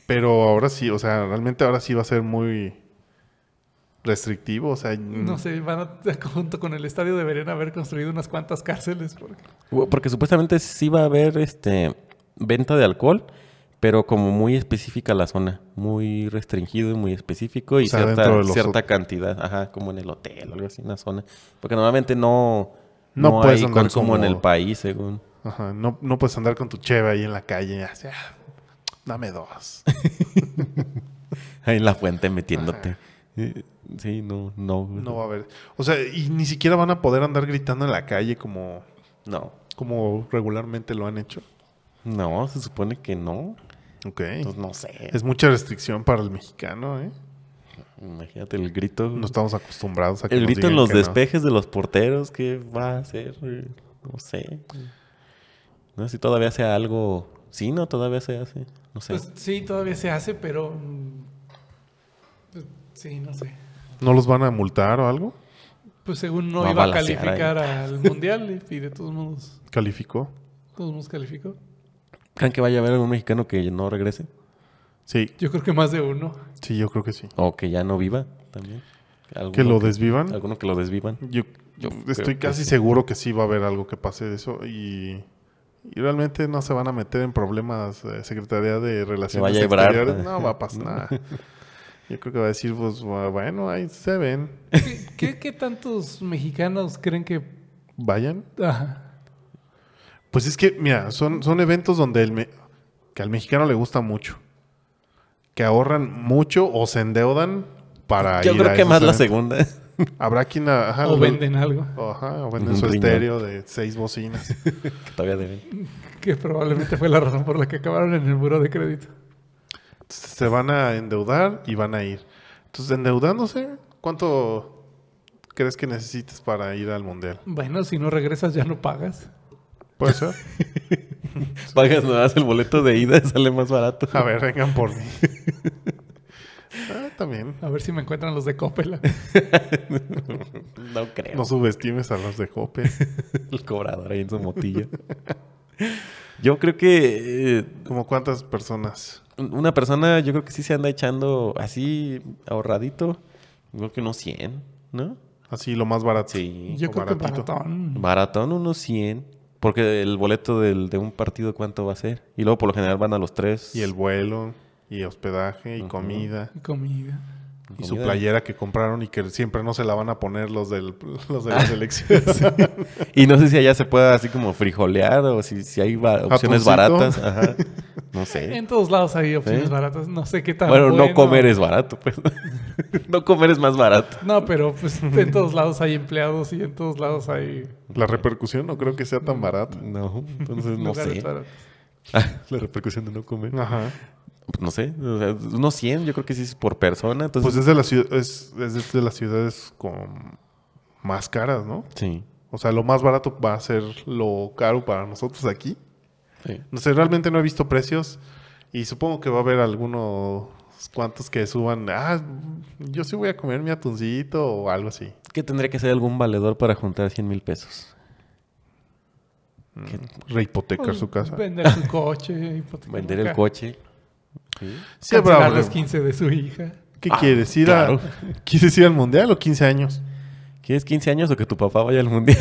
Pero ahora sí, o sea, realmente ahora sí va a ser muy restrictivo, o sea,
No sé, van a, junto con el estadio deberían haber construido unas cuantas cárceles. Porque...
Bueno, Porque supuestamente sí va a haber este venta de alcohol, pero como muy específica la zona, muy restringido y muy específico y
O sea, dentro
cierta,
de los
cierta
hot-
cantidad, ajá, como en el hotel o algo así, una zona. Porque normalmente no,
No
no
puedes
hay
andar
alcohol como en
como-
el país, según.
ajá, no, no puedes andar con tu cheve ahí en la calle, así, "Ah, dame dos.
Ahí en la fuente metiéndote. Eh, Sí, no, no.
No va a haber. O sea, y ni siquiera van a poder andar gritando en la calle como,
No.
como regularmente lo han hecho.
No, se supone que no.
Ok.
Entonces, no sé.
Es mucha restricción para el mexicano, ¿eh?
Imagínate el grito.
No estamos acostumbrados a que
el
nos
grito en
digan
los
que no.
despejes de los porteros, ¿qué va a hacer? Eh, No sé. No sé si todavía sea algo. Sí, no, todavía se hace. No sé.
Pues sí, todavía se hace, pero... mm, pues, sí, no sé.
¿No los van a multar o algo?
Pues según no
Va a
iba a
balacear ahí.
calificar al mundial y de todos modos,
¿Calificó?
todos modos calificó.
¿Creen que vaya a haber algún mexicano que no regrese?
Sí,
Yo creo que más de uno.
sí, yo creo que sí.
O que ya no viva también. ¿Alguno
¿Que lo desvivan?
Alguno que lo desvivan.
Yo,
Yo
estoy
creo que
casi
sí.
seguro que sí va a haber algo que pase de eso y, y realmente no se van a meter en problemas eh, Secretaría de Relaciones
vaya a Ebrard,
Exteriores.
¿no?
No va a pasar nada. Yo creo que va a decir, pues bu- bueno, ahí se ven.
¿Qué, qué, qué tantos mexicanos creen que...
Vayan.
Ajá.
Pues es que, mira, son, son eventos donde el me- que al mexicano le gusta mucho. Que ahorran mucho o se endeudan para
Yo
ir
creo
a
que
esos
más la
eventos.
segunda.
Habrá quien... a- ajá,
o
lo-
venden algo,
Ajá, o venden
Un
su
riñón.
estéreo de seis bocinas.
que todavía deben.
que probablemente fue la razón por la que acabaron en el muro de crédito.
se van a endeudar y van a ir. Entonces, endeudándose, ¿cuánto crees que necesites para ir al mundial?
Bueno, si no regresas ya no pagas.
Puede ser.
Pagas nomás el boleto de ida, sale más barato.
A ver, vengan por mí. Ah, también.
A ver si me encuentran los de Coppela.
No creo.
No subestimes a los de Jope.
El cobrador ahí en su motilla. Yo creo que eh,
¿Como cuántas personas?
una persona, yo creo que sí se anda echando así ahorradito. yo Creo que unos 100, ¿no?
Así, lo más barato.
Sí.
Yo
o
creo
baratito.
que baratón.
Baratón, unos 100. Porque el boleto del- de un partido, ¿cuánto va a ser? Y luego por lo general van a los tres.
Y el vuelo, y hospedaje, y
Ujú.
comida.
Y Comida.
Y su
Comida.
playera que compraron y que siempre no se la van a poner los, del, los de la
Ah.
selección.
Y no sé si allá se puede así como frijolear o si, si hay ba- opciones
Atuncito.
baratas. Ajá. No sé.
En todos lados hay opciones
¿Eh?
baratas. No sé qué tan
Bueno, no comer
es
es barato, pues. no comer es más barato.
No, pero pues en todos lados hay empleados y en todos lados hay
La repercusión no creo que sea tan barata.
No, entonces Pues, no
lugares
sé.
baratos.
La repercusión de no comer.
Ajá.
No sé, o sea, unos 100, yo creo que sí es por persona. Entonces,
Pues es de las ciudades, es, es de las ciudades con más caras, ¿no?
sí.
O sea, lo más barato va a ser lo caro para nosotros aquí.
Sí.
No sé, realmente no he visto precios y supongo que va a haber algunos cuantos que suban, ah, yo sí voy a comer mi atuncito o algo así.
¿Qué tendría que ser algún valedor para juntar 100 mil pesos?
Rehipotecar su casa.
Vender su coche. hipotecar
Vender
su
el
ca-
coche. Sí.
Sí, habrá
cancelar los
problema.
15 de su hija.
¿Qué quieres? ¿Ir, a-
Ah, claro.
¿Quieres ir al mundial o 15 años?
¿Quieres 15 años o que tu papá vaya al mundial?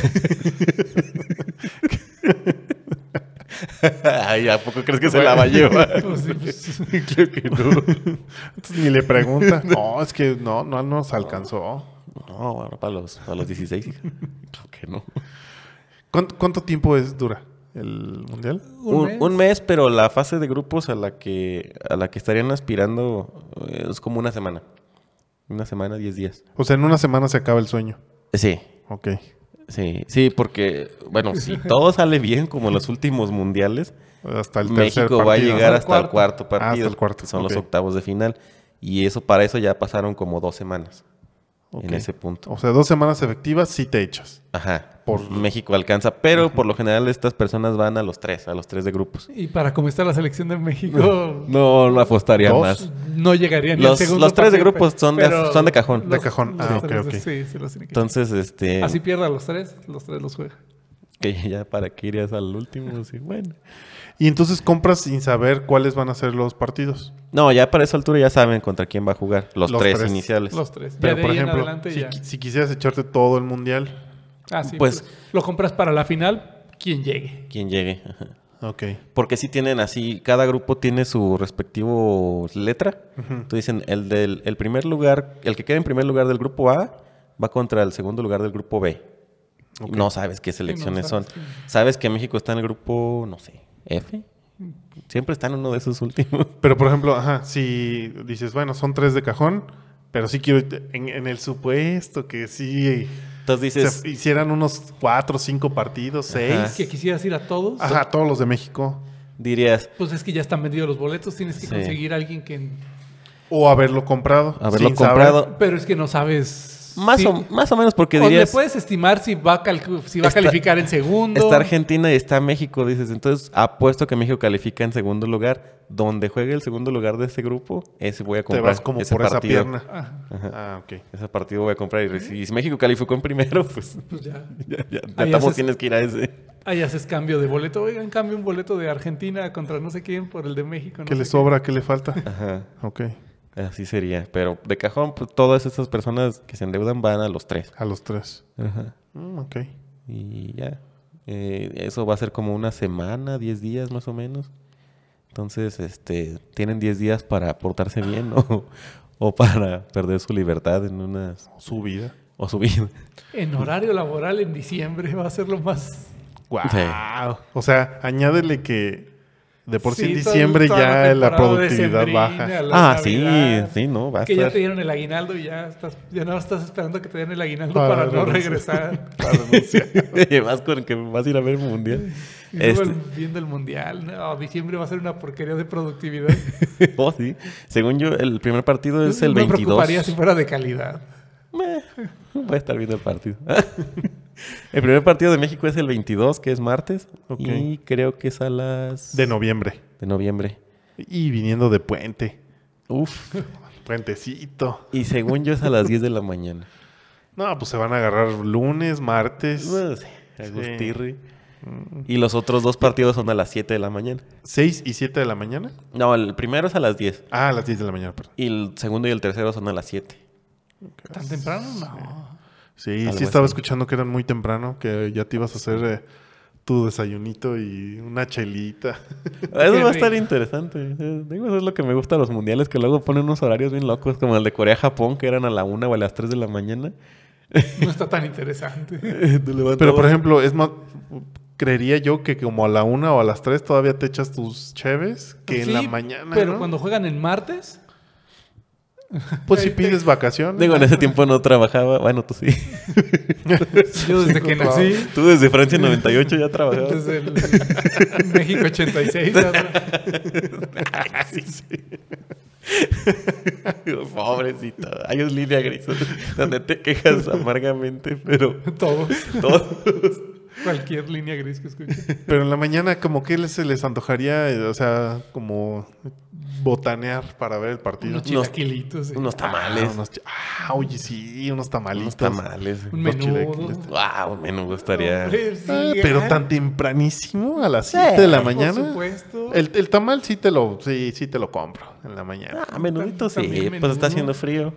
Ay, ¿a poco crees que se la va a llevar?
Pues sí, pues,
Creo que no.
Entonces, ni le pregunta. No, es que no, no nos alcanzó.
No, bueno, para los, para los 16, hija. Creo que no.
¿Cuánto, cuánto tiempo es dura el mundial?
un
Un,
mes.
un mes, pero la fase de grupos a la que, a la que estarían aspirando eh, es como una semana. Una semana, 10 días.
O sea, en una semana se acaba el sueño.
Sí,
Ok.
sí, sí, porque, bueno, si todo sale bien, como los últimos mundiales,
Hasta el tercer
México va a
partido.
llegar
Hasta el
hasta el
cuarto.
cuarto
Ah,
partido.
hasta el cuarto,
que Son los
ok.
octavos de final. Y eso para eso ya pasaron como dos semanas
Ok.
en ese punto.
O sea, dos semanas efectivas sí te echas.
Ajá.
Por-
Por México alcanza. Pero por lo general estas personas van a los tres, a los tres de grupos.
Y para cómo está la selección de México,
No, no apostaría
¿Dos?
más.
no llegaría ni
Los-
al segundo
los tres de
partido,
grupos
pe-
son de-
pero
son de cajón. De
cajón.
los
Ah, ok,
tres,
ok.
Sí, sí los tiene que
Entonces, este.
Así pierda los tres, los tres los juega.
Que ya para qué irías al último. Sí, bueno.
Y entonces compras sin saber cuáles van a ser los partidos.
No, ya para esa altura ya saben contra quién va a jugar. Los,
Los
tres,
tres.
iniciales.
Los tres.
Pero,
ya de
por
ahí en
ejemplo,
adelante
si,
ya.
qui- si quisieras echarte todo el mundial.
Ah, sí,
pues-
pues, lo compras para la final, quien llegue.
Quien llegue. Ajá.
Ok.
Porque sí tienen así, cada grupo tiene su respectivo letra. Entonces dicen, el del el primer lugar, el que queda en primer lugar del grupo A va contra el segundo lugar del grupo B.
Ok.
No sabes qué selecciones
sabes
son. Sabes que México está en el grupo, no sé, F. Siempre está en uno de esos últimos.
Pero, por ejemplo, ajá, si dices, bueno, son tres de cajón, pero sí quiero, en, en el supuesto que sí
Entonces dices,
se hicieran unos cuatro, cinco partidos,
Ajá.
seis.
Que quisieras ir a todos.
Ajá, todos los de México.
dirías,
Pues es que ya están vendidos los boletos, tienes que
Sí.
conseguir a alguien que...
O haberlo comprado.
haberlo
sin saber.
comprado.
Pero es que no sabes...
Más,
si-
o, más o menos porque
o le
dirías,
puedes estimar si va a, calcu- si va a
Está-
calificar en segundo.
está Argentina y está México. Dices, entonces apuesto que México califica en segundo lugar. Donde juegue el segundo lugar de ese grupo, ese voy a
Te
comprar.
vas como
ese
por esa
partido.
pierna.
Ah,
Ah, ok.
Ese partido voy a comprar. Y re- si México calificó en primero, pues
pues ya.
ya, ya, ya
Ahí
estamos,
haces-
tienes que ir a ese.
Ahí haces cambio de boleto. Oigan, cambio un boleto de Argentina contra no sé quién por el de México. no
¿Qué le
sé
sobra? ¿Qué le falta?
Ajá.
Ok.
Así sería. Pero de cajón, pues, todas esas personas que se endeudan van a los tres.
A los tres.
Ajá.
Mm, ok.
Y ya. Eh, eso va a ser como una semana, 10 días más o menos. Entonces, este, tienen 10 días para portarse bien o, o para perder su libertad en unas...
Su vida.
o su vida.
qué. En horario laboral en diciembre va a ser lo más...
Wow.
Sí.
O sea, añádele que de por sí, en
Sí, todo-
diciembre
toda
ya la
temporada
productividad
decembrina,
baja.
la
Ah, sí,
Navidad,
sí, no, va a
Que ya
estar-
te dieron el aguinaldo y ya estás, ya no estás esperando que te den el aguinaldo para,
Para
no
regresar.
regresar.
Para renunciar.
Vas con el que vas a ir a ver el mundial.
Y luego
Este-
el- viendo el mundial, no, diciembre va a ser una porquería de productividad.
Oh, sí. Según yo, el primer partido es Pues el
Me
22.
preocuparía si fuera de calidad.
Meh, voy a estar viendo el partido. el primer partido de México es el 22, que es martes.
Ok.
Y creo que es a las...
de noviembre.
de noviembre.
Y viniendo de puente.
Uf.
Puentecito.
Y según yo es a las 10 de la mañana.
No, pues se van a agarrar lunes, martes.
No sé, Agustirri.
Mm.
Y los otros dos partidos son a las 7 de la mañana.
¿Seis y siete de la mañana?
No, el primero es a las 10.
Ah, a las 10 de la mañana, perdón.
Y el segundo y el tercero son a las 7.
¿Tan temprano? No.
Sí,
Algo
sí estaba
así.
escuchando que eran muy temprano, que ya te ibas a hacer eh, tu desayunito y una chelita.
Eso va a estar
rico.
interesante. Eh, Digo, eso es lo que me gusta de los mundiales, que luego ponen unos horarios bien locos, como el de Corea-Japón, que eran a la 1 o a las 3 de la mañana.
No está tan interesante.
Pero por ejemplo, es más, creería yo que como a la una o a las tres todavía te echas tus cheves, que en
Sí,
la mañana.
Pero
¿no?
cuando juegan en martes,
Pues si pides vacaciones.
Digo, en ese tiempo no trabajaba. Bueno, tú sí.
yo desde que nací,
Tú desde Francia 98 ya trabajabas.
desde el México 86, ya-
Ay, sí, sí. Pobrecito. Hay un línea gris donde te quejas amargamente, pero
Todo.
todos.
Cualquier línea gris que escuche.
Pero en la mañana, como que les- se les antojaría, eh, o sea, como botanear para ver el partido.
Unos chilaquilitos. eh.
Unos
Ah,
tamales.
unos chi- ah, oye, sí, unos tamalitos.
Unos tamales.
Un
unos
menudo.
chilaquiles.
Wow, menudo estaría.
Hombre, sí,
Ah, pero
ah,
tan tempranísimo, a las 7 de la
por
mañana. Eh,
supuesto.
El, el tamal sí te lo, sí, sí te lo compro en la mañana.
Ah, menudito sí,
También menudo.
pues está haciendo frío.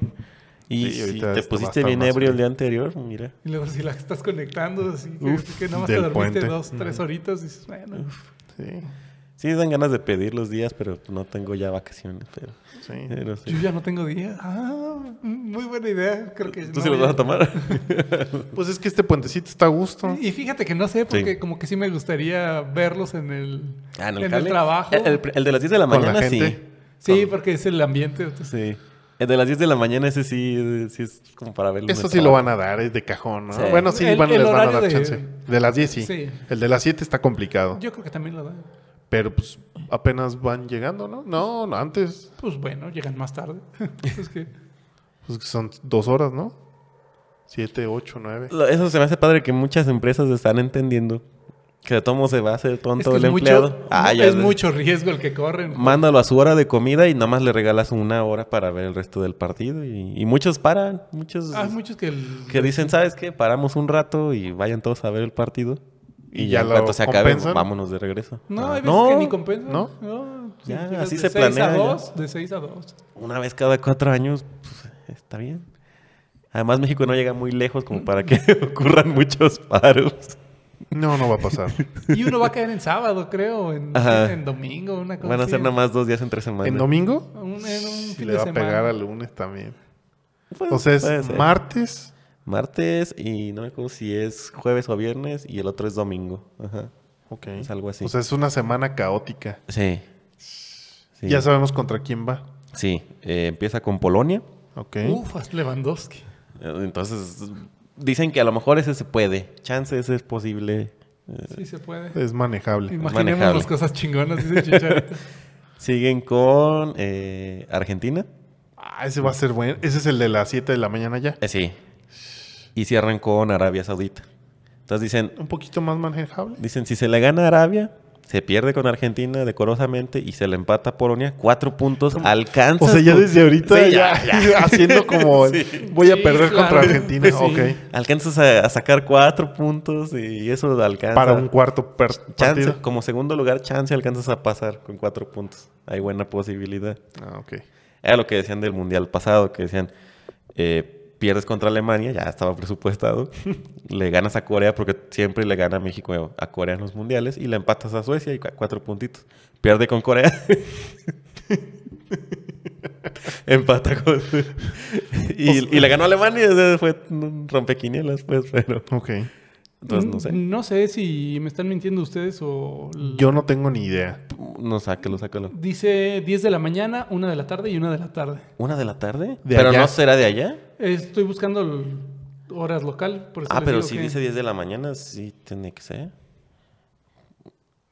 Y
Sí,
si
ahorita
te
esto va a
pusiste
estar
bien
más
ebrio el
frío.
día anterior, mira.
Y luego si la estás conectando, así que,
Uf,
que nada más te
del
dormiste
puente.
dos, tres horitas, dices, bueno,
Sí,
Sí, dan ganas de pedir los días, pero no tengo ya vacaciones. Pero,
sí.
pero sí.
yo ya no tengo día. Ah, muy buena idea. Creo que
¿Tú
no
sí los
voy
vas a tomar?
Pues es que este puentecito está a gusto.
Y fíjate que no sé, porque
Sí.
como que sí me gustaría verlos en el,
Ah,
en el,
cable.
trabajo.
El, el- el de las 10 de la
Con la
mañana, sí.
gente.
sí, porque es el ambiente. entonces,
Sí. El de las 10 de la mañana, ese sí, sí es como para verlo. en
Eso
el
sí lo
trabajo.
van a dar, es de cajón, ¿no?
Sí.
Bueno, sí,
El-
van,
el
les van a
horario
dar
de-
chance. De las 10 sí.
Sí.
El de las 7 está complicado.
Yo creo que también lo dan.
Pero pues apenas van llegando, ¿no? No, no, antes.
Pues bueno, llegan más tarde. es que
Pues son dos horas, ¿no? Siete, ocho, nueve.
Lo- Eso se me hace padre que muchas empresas están entendiendo que de tomo se va a hacer tonto
que
el empleado.
Mucho,
Ah, ya
es
sé.
mucho riesgo el que corren.
Mándalo a su hora de comida y nada más le regalas una hora para ver el resto del partido. Y, y muchos paran, muchos
Ah,
Ah,
Hay muchos que... el-
que dicen, ¿sabes qué? Paramos un rato y vayan todos a ver el partido. Y,
Y
ya
ya
en
lo
cuanto se acabe,
compensan.
vámonos de regreso.
No,
Ah,
hay veces que ni compensan.
¿no?
sí,
Ya,
llegas
así
de
se
seis
planea
A
ya.
dos, de 6 a 2.
Una vez cada cuatro años, pues, está bien. Además, México no llega muy lejos como para que ocurran muchos paros.
No, no va a pasar.
Y uno va a caer en sábado, creo, en,
Ajá.
en domingo, una cosa
Van a
así.
ser nada más dos días entre semana.
¿En domingo?
Un- en un
Sí,
fin
le
de
va a
semana.
pegar al lunes también.
Pues,
Entonces,
puede ser.
martes.
martes y no me acuerdo si es jueves o viernes y el otro es domingo. Ajá.
Ok.
Es algo así.
O sea, es una semana caótica.
Sí. Sí.
Ya sabemos contra quién va.
Sí. Eh, empieza con Polonia.
Ok.
Uf, hasta Lewandowski.
Eh, Entonces, dicen que a lo mejor ese se puede. Chance ese es posible.
Sí se puede.
Es manejable.
Imaginemos las cosas chingonas, dice Chicharito.
Siguen con eh, Argentina.
Ah, ese va a ser bueno. Ese es el de las 7 de la mañana ya.
Eh, sí. Y cierran con Arabia Saudita. Entonces dicen,
Un poquito más manejable.
dicen si se le gana a Arabia, se pierde con Argentina decorosamente y se le empata a Polonia, cuatro puntos alcanza.
O sea, ya desde ahorita
Sí,
ya,
ya,
haciendo como el, voy a
Sí,
perder
claro.
contra Argentina.
Sí.
Ok.
Alcanzas a, a sacar cuatro puntos y eso alcanza.
Para un cuarto per-
chance,
partido.
como segundo lugar, chance alcanzas a pasar con cuatro puntos. Hay buena posibilidad.
Ah, ok.
Era lo que decían del mundial pasado, que decían, eh, pierdes contra Alemania, ya estaba presupuestado, le ganas a Corea porque siempre le gana México a Corea en los mundiales y le empatas a Suecia y cu- cuatro puntitos. Pierde con Corea. Empata con... y, y le ganó a Alemania, o sea, fue un rompequinielas, pues, pero...
Ok.
Entonces, no sé.
Mm, No sé si me están mintiendo ustedes o...
Yo no tengo ni idea.
No, sácalo, sácalo.
Dice 10 de la mañana, 1 de la tarde y 1 de la tarde.
¿Una de la tarde?
De
¿Pero
allá.
no será de allá?
Estoy buscando el- horas local.
Pues
Por eso
Ah,
les
pero
digo
si
que-
dice 10 de la mañana, sí tiene que ser.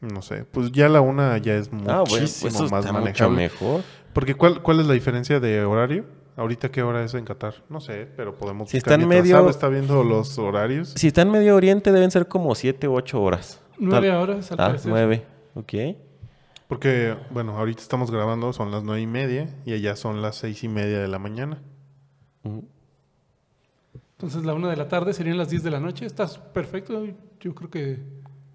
No sé. Pues ya la una ya es muchísimo
Ah, bueno, pues eso
más
está mucho
manejable.
mejor.
Porque ¿cuál, ¿cuál es la diferencia de horario? ¿Ahorita qué hora es en Qatar? No sé, pero podemos...
Si
buscar
están
mientras
medio-
Sabo está viendo los horarios.
Si está en Medio Oriente, deben ser como 7 u 8 horas.
Nueve
Tal-
horas, al
Ah,
parecer.
9. Ok.
Porque, bueno, ahorita estamos grabando, son las nueve y media y allá son las seis y media de la mañana.
Ujú.
Entonces la 1 de la tarde serían las 10 de la noche. Estás perfecto. Yo creo que...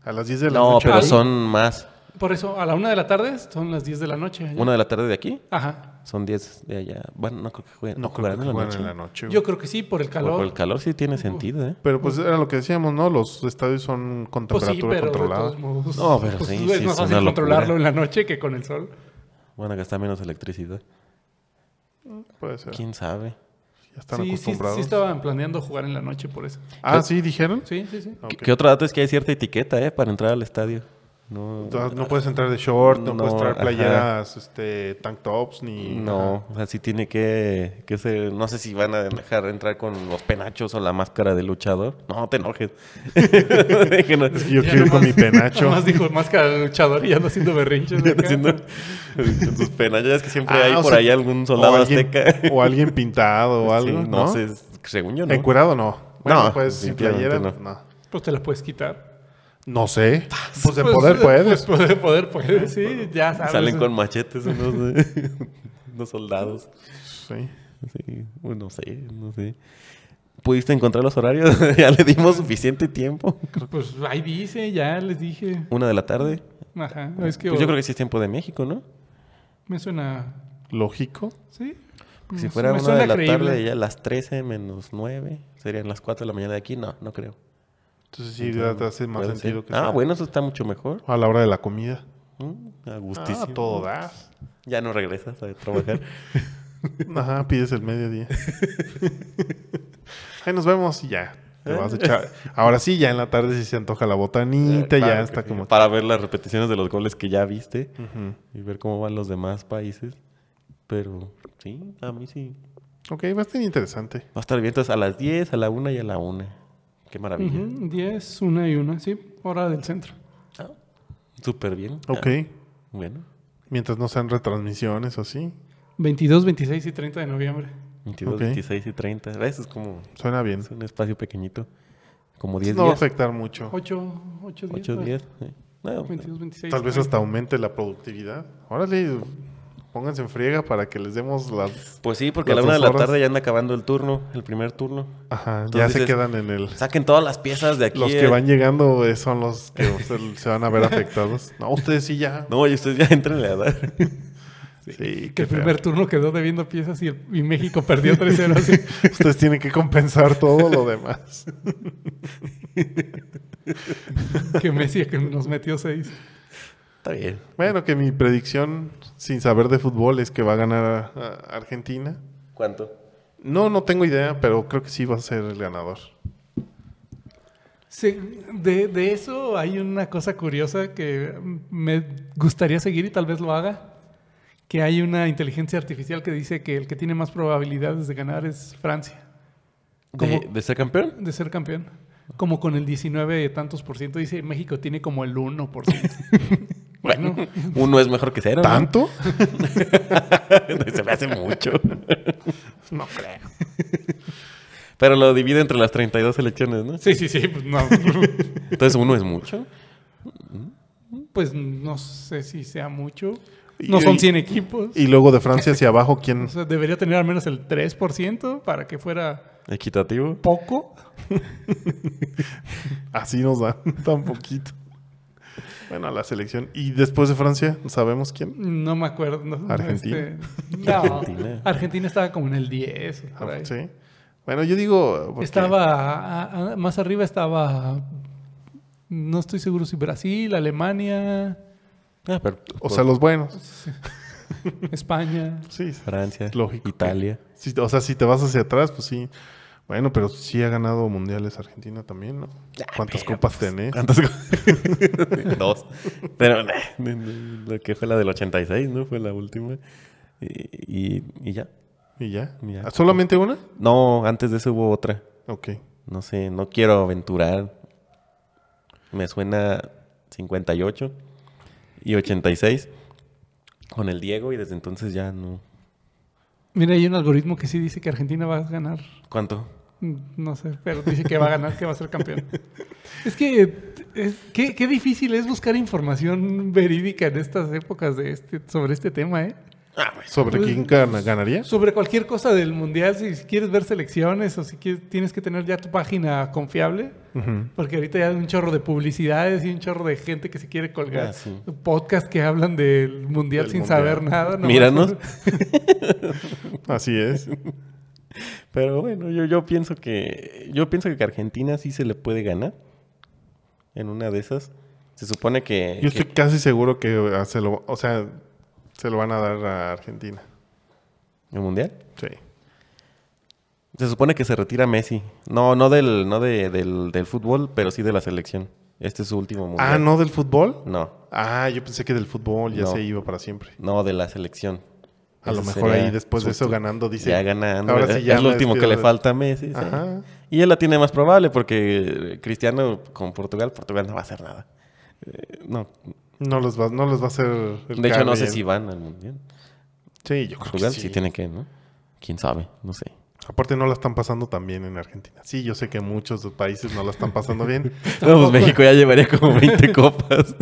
A las 10 de la
No,
noche.
pero
ahí.
son más.
Por eso, a la 1 de la tarde son las 10 de la noche. allá.
Una de la tarde de aquí
Ajá.
son 10 de allá. Bueno, no creo que jueguen.
No creo que
¿Jugarán
jueguen en la Uh. noche. güey.
Yo creo que sí, por el
Por-
calor.
Por el calor sí tiene sentido, ¿eh?
Pero pues era lo que decíamos, ¿no? Los estadios son con
Pues sí,
temperatura
pero de
controlada.
todos modos.
No, pero
pues,
sí,
Es
sí,
más
es
fácil
una locura.
controlarlo en la noche que con el sol.
Bueno, gastar menos electricidad.
Puede ser.
¿Quién sabe?
Ya están
sí, sí,
acostumbrados.
sí estaban planeando jugar en la noche por eso.
Ah, sí, dijeron.
Sí, sí, sí.
¿Qué, qué otro dato es que hay cierta etiqueta, ¿eh? Para entrar al estadio.
Ok.
No,
Entonces, no puedes entrar de short, no,
No,
puedes traer
ajá.
playeras, este, tank tops, ni...
No, o sea, sí tiene que, que ser. No sé si van a dejar entrar con los penachos o la máscara de luchador. No, te enojes. Déjenos.
Es que yo quiero ir con mi penacho.
Más dijo máscara de luchador y anda haciendo berrinche.
Ya te siento- con sus penachos. Ya es que siempre
Ah,
hay
o
por
sea,
ahí algún soldado
o alguien,
azteca.
o alguien pintado o
Sí,
algo,
no,
¿no?
sé, según yo no.
Encuerado no. Bueno,
No,
pues sin
definitivamente
playera,
no. Ah,
pues, no.
Pues te la puedes quitar.
No sé. Pues en poder puedes. Pues,
Pues poder, poder puedes, sí, ya sabes.
Salen con machetes unos, eh, unos soldados.
Sí.
Sí, bueno, no sé, no sé. ¿Pudiste encontrar los horarios? ya le dimos suficiente tiempo.
Pues ahí dice, ya les dije.
Una de la tarde.
Ajá, es que
Pues yo creo que sí es tiempo de México, ¿no?
me suena...
Lógico.
¿Sí?
Porque si
Me
fuera
su- Mm,
una
me suena
de la
creíble.
tarde, ya las 13 menos 9, serían las 4 de la mañana de aquí. No, no creo.
Entonces sí, ya te hace más
Puede ser.
sentido que
Ah,
sea
bueno, eso está mucho mejor.
a la hora de la comida.
Mm, A
Ah,
gustísimo.
todo das.
Ya no regresas a trabajar.
Ajá, pides el mediodía. Ahí nos vemos y ya. Te
¿Eh?
vas a echar. Ahora sí, ya en la tarde sí se antoja la botanita,
Claro
ya
Eh, que
está
sí.
como...
Para ver las repeticiones de los goles que ya viste
Ujú.
y ver cómo van los demás países. Pero sí, a mí sí.
Ok, bastante interesante.
Va a estar bien entonces a las 10, a la 1 y a la 1. Qué maravilla.
Ujú, 10, una y una, sí, hora del centro.
Ah, Súper bien.
Ok.
Ah, bueno,
Mientras no sean retransmisiones o así.
22, 26 y 30 de noviembre.
22,
Ok.
26 y 30. ¿Ves? Es como
Suena bien. Pues
es un espacio pequeñito. Como 10
No va a
días.
afectar mucho.
8, 8 días.
8
¿no?
días. sí. No,
22, 26.
Tal vez
30.
hasta aumente la productividad. Órale, pónganse en friega para que les demos las...
Pues sí, porque a
Las
la 1 de
dos
la
horas.
tarde ya anda acabando el turno, el primer turno.
Ajá,
Entonces
ya se
dices,
quedan en el...
Saquen todas las piezas de aquí.
Los
eh.
que van llegando eh, son los que se, se van a ver afectados. No, ustedes sí ya.
No, y ustedes ya entren a dar.
sí,
Que
qué
el
feo.
primer turno quedó debiendo piezas y, el- y México perdió 3-0. así.
Ustedes tienen que compensar todo lo demás.
que Messi que nos metió 6.
Está bien.
Bueno, que mi predicción, sin saber de fútbol, es que va a ganar a- a Argentina.
¿Cuánto?
No, no tengo idea, pero creo que sí va a ser el ganador.
Sí, de, de eso hay una cosa curiosa que me gustaría seguir y tal vez lo haga, que hay una inteligencia artificial que dice que el que tiene más probabilidades de ganar es Francia,
¿De,
¿Cómo?
de ser campeón?
de ser campeón. Como con el 19 tantos por ciento, dice México tiene como el 1 por ciento.
Bueno, uno es mejor que cero. ¿no?
¿Tanto?
Se me hace mucho.
No creo.
Pero lo divide entre las 32 selecciones, ¿no?
Sí, sí, sí, pues no.
Entonces uno es mucho.
Pues no sé si sea mucho.
Y-
No son
y-
100 equipos.
Y luego de Francia hacia abajo,
O
¿quién?
sea, debería tener al menos el 3% para que fuera
Equitativo.
poco.
Así nos dan tan poquito. Bueno, a la selección. Y después de Francia, ¿sabemos quién?
No me acuerdo.
Argentina.
Este, no,
Argentina.
Argentina. estaba como en el 10. por ahí.
Ah, Sí. Bueno, yo digo. porque-
Estaba a- a- más arriba estaba no estoy seguro si Brasil, Alemania,
Ah, pero-
O sea, los buenos.
España.
Sí.
Francia,
Lógico.
Italia.
Sí, o sea, si te vas hacia atrás, pues sí. Bueno, pero sí ha ganado mundiales Argentina también, ¿no?
Ah,
¿Cuántas copas tenés?
¿Cuántas co- Dos. Pero nah, n- n- lo que fue la del 86, ¿no? Fue la última. Y, y- y ya.
¿Y ya?
Ya.
¿Ah, ¿Solamente una?
No, antes de eso hubo otra.
Ok.
No sé, no quiero aventurar. Me suena 58 y 86 con el Diego y desde entonces ya no.
Mira, hay un algoritmo que sí dice que Argentina va a ganar. mm,
¿Cuánto?
No sé, pero dice que va a ganar, que va a ser campeón. Es que es- qué, qué difícil es buscar información verídica en estas épocas de este, sobre este tema, ¿eh?
Ah, pues.
¿Sobre
Pues-
quién gana- ganaría?
Sobre cualquier cosa del mundial, si quieres ver selecciones o si quieres- tienes que tener ya tu página confiable,
Ujú.
porque ahorita ya hay un chorro de publicidades y un chorro de gente que se quiere colgar.
Ah, sí.
Podcast que hablan del mundial
Del
sin
mundial.
saber nada. nomás
Míranos.
Así es.
Pero bueno, yo, yo pienso que yo pienso que Argentina sí se le puede ganar en una de esas. Se supone que,
Yo
que-
estoy casi seguro que ah, se lo, o sea, se lo van a dar a Argentina.
el mundial.
Sí.
Se supone que se retira Messi. No, no del no de- del, del fútbol, pero sí de la selección. Este es su último mundial.
Ah, ¿no del fútbol?
No,
Ah, yo pensé que del fútbol ya
No.
se iba para siempre.
no, de la selección.
A lo
Ese
mejor
sería
ahí después de
su
eso
último-
ganando dice...
Ya ganando.
ahora sí
es-
ya
es
me
lo último que
despido
le
de-
falta a Messi. sí.
Ajá.
Y él la tiene más probable porque eh, Cristiano con Portugal, Portugal no va a hacer nada. Eh, no,
No los va, no los va a hacer... el
de hecho no sé
cambio.
si van al mundial.
Sí, yo creo que
Portugal sí.
sí.
tiene que, ¿no? Quién sabe, no sé.
Aparte no la están pasando tan bien en Argentina. Sí, yo sé que muchos países no la están pasando bien.
No, pues México ya llevaría como 20 copas.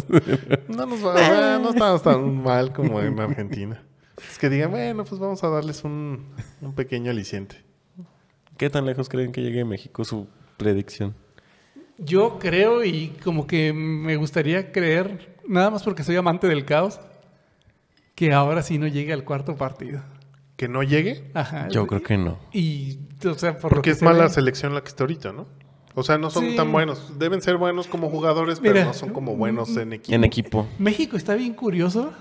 No nos va, ah, no estamos tan mal como en Argentina. Es que digan, bueno, pues vamos a darles un, un pequeño aliciente.
¿Qué tan lejos creen que llegue México su predicción?
Yo creo y como que me gustaría creer, nada más porque soy amante del caos, que ahora sí no llegue al cuarto partido.
Que no llegue,
Ajá.
Yo creo que no.
Y, o sea, por lo que
porque es
se
mala
ve-
selección la que está ahorita, ¿no? O sea, no son
Sí.
tan buenos. Deben ser buenos como jugadores, pero
Mira.
no son como buenos en equipo.
En equipo.
México está bien curioso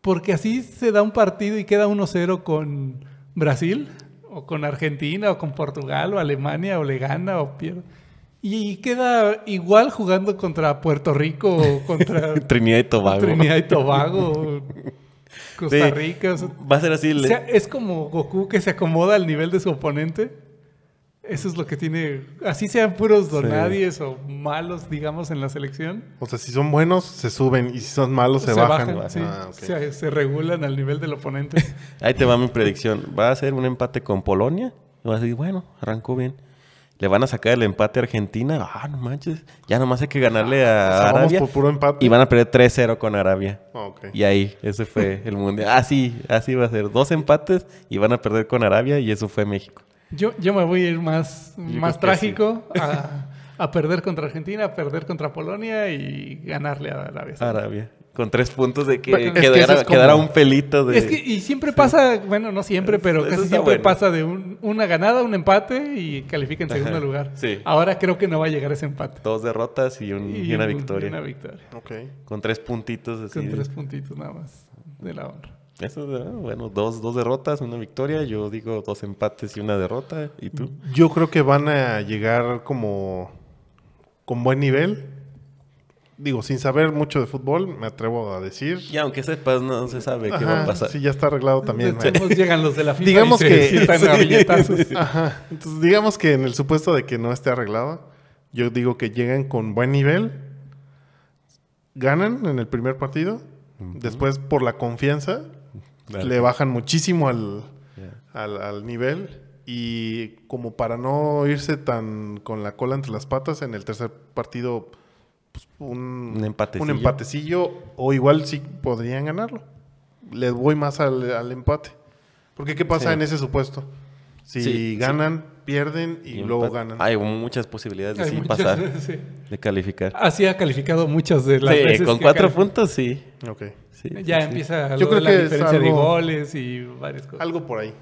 porque así se da un partido y queda 1-0 con Brasil o con Argentina o con Portugal o Alemania o le gana o pierde. Y queda igual jugando contra Puerto Rico o contra
Trinidad y Tobago.
Trinidad y Tobago o Costa
Sí.
Rica. o sea,
Va a ser así.
o
le-
sea, es como Goku que se acomoda al nivel de su oponente. Eso es lo que tiene. Así sean puros donadies o malos, digamos, en la selección.
O sea, si son buenos, se suben. Y si son malos, se, bajan.
sí.
Ah, ok.
se, se regulan al nivel del oponente.
Ahí te va mi predicción. Va a ser un empate con Polonia. Y vas a decir, bueno, arrancó bien. Le van a sacar el empate a Argentina. Ah, no manches. Ya nomás hay que ganarle a
O sea, Ah, vamos
Arabia.
por puro empate. Ah,
Y van a perder 3-0 con Arabia.
Ok.
Y ahí, ese fue el mundial. Ah, Así, así va a ser. Dos empates y van a perder con Arabia y eso fue México.
Yo, yo me voy a ir más,
Yo
más
creo que sí.
trágico a, a perder contra Argentina, a perder contra Polonia y ganarle a Arabia. Saudita.
Arabia. Con tres puntos de que,
Es que
quedara,
eso es como-
quedara un pelito de...
Es que, y siempre pasa, bueno, no siempre, pero
Eso
casi
está
siempre
bueno.
pasa de un- una ganada, un empate y califica en segundo
Ajá,
lugar.
sí.
Ahora creo que no va a llegar ese empate.
Dos derrotas y, un- y una
un-
victoria.
Una victoria.
Ok.
Con tres puntitos así.
Con
de-
tres puntitos nada más de la honra.
Eso, ah, bueno, dos, dos derrotas, una victoria. Yo digo dos empates y una derrota. ¿Y tú?
Yo creo que van a llegar como con buen nivel. Digo, sin saber mucho de fútbol, me atrevo a decir.
Y aunque sepas, no se sabe qué va a
Ajá,
pasar.
Sí, ya está arreglado también.
De todos modos llegan los de la FIFA
Digamos
y se
que-
sientan a
Sí.
billetazos.
Ah,
Ajá. Entonces, digamos que en el supuesto de que no esté arreglado, yo digo que llegan con buen nivel, ganan en el primer partido, después por la confianza
Claro.
le bajan muchísimo al,
Ya.
al, al nivel y como para no irse tan con la cola entre las patas en el tercer partido pues, un,
Un empatecillo.
un empatecillo, o igual sí podrían ganarlo. Les voy más al, al empate. Porque ¿qué pasa
Sí.
en ese supuesto? Si
Sí,
ganan, pierden y,
Y
luego
empate.
ganan.
Hay muchas posibilidades de
Hay
sí
muchas-
pasar,
sí.
de calificar.
Así ha calificado muchas de las
Sí,
veces
con
que
cuatro
califica.
puntos, sí.
Ok.
Sí,
Ya
sí, sí.
empieza
Yo
lo
creo
de la
que es
diferencia de
algo-
goles y varias cosas.
Algo por ahí.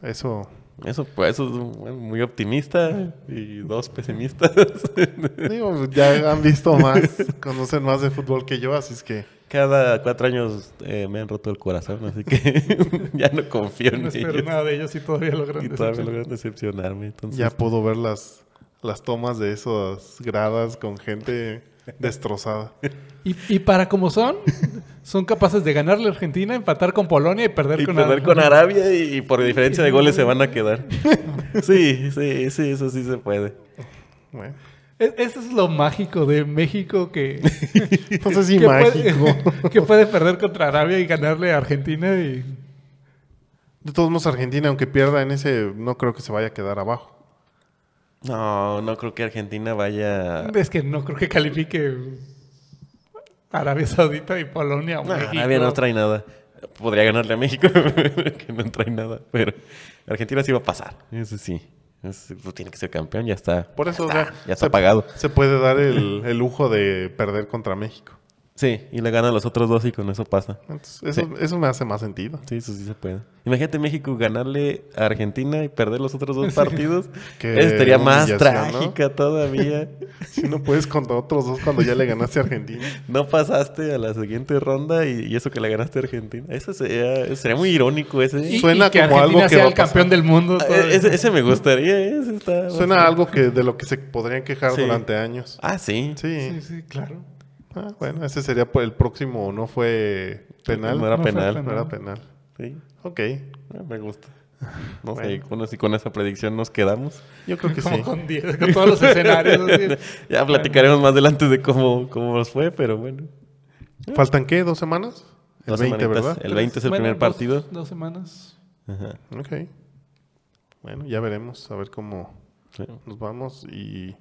Eso.
Eso, pues, eso es un- muy optimista y dos pesimistas.
Digo, ya han visto más, conocen más de fútbol que yo, así es que
Cada cuatro años eh, me han roto el corazón, así que ya no confío en
No espero
ellos.
nada de ellos y todavía logran
Y todavía
decepcionar.
logran decepcionarme. Entonces,
ya puedo ver las, las tomas de esas gradas con gente destrozada.
Y, y para como son, son capaces de ganarle a Argentina, empatar con Polonia y perder,
y
con,
perder
Ar-
con Arabia y, y por diferencia de goles se van a quedar. Sí, sí, sí, eso sí se puede.
Bueno.
E- Eso es lo mágico de México que,
Entonces, sí,
que puede-
mágico.
que puede perder contra Arabia y ganarle a Argentina y
De todos modos, Argentina, aunque pierda en ese, no creo que se vaya a quedar abajo.
No, no creo que Argentina vaya.
Es que no creo que califique Arabia Saudita y Polonia. o
No,
México.
Arabia no trae nada. Podría ganarle a México, que no trae nada. Pero Argentina sí va a pasar. Eso sí. Es- pues, tiene que ser campeón, ya está.
Por eso,
ya
o sea,
está, ya está
se-
pagado.
Se puede dar el, el lujo de perder contra México.
Sí, y le ganan los otros dos y con eso pasa.
Entonces, eso, eso me hace más sentido.
Sí, eso sí se puede. Imagínate México ganarle a Argentina y perder los otros dos partidos.
Que
Eso sería más
humillación, ¿no?
trágica todavía.
Si no puedes contra otros dos cuando ya le ganaste a Argentina.
No pasaste a la siguiente ronda y, y eso que le ganaste a Argentina. Eso sería, eso sería muy irónico ese.
Y-
Suena
y que
como algo
Argentina
que
sea
va a
el campeón del mundo.
Ah,
todavía.
ese, ese me gustaría. ese está
Suena a algo que de lo que se podrían quejar
Sí.
durante años.
Ah, sí.
Sí.
Sí, sí, claro.
Ah, bueno, ese sería por el próximo. No fue penal.
No era
No fue
penal.
penal.
No era penal.
Sí.
Ok.
Ah, Me gusta. No sé,
Bueno.
con, si con esa predicción nos quedamos.
Yo creo que
Como
sí.
con, diez, con todos los escenarios. así.
ya platicaremos más adelante de cómo, cómo nos fue, pero bueno.
¿Faltan qué? ¿Dos semanas? El
Dos
20,
semanitas.
¿verdad?
El 20 es el
Bueno,
primer
dos-
partido.
Dos semanas.
Ajá.
Ok. Bueno, ya veremos. A ver cómo
Sí.
nos vamos y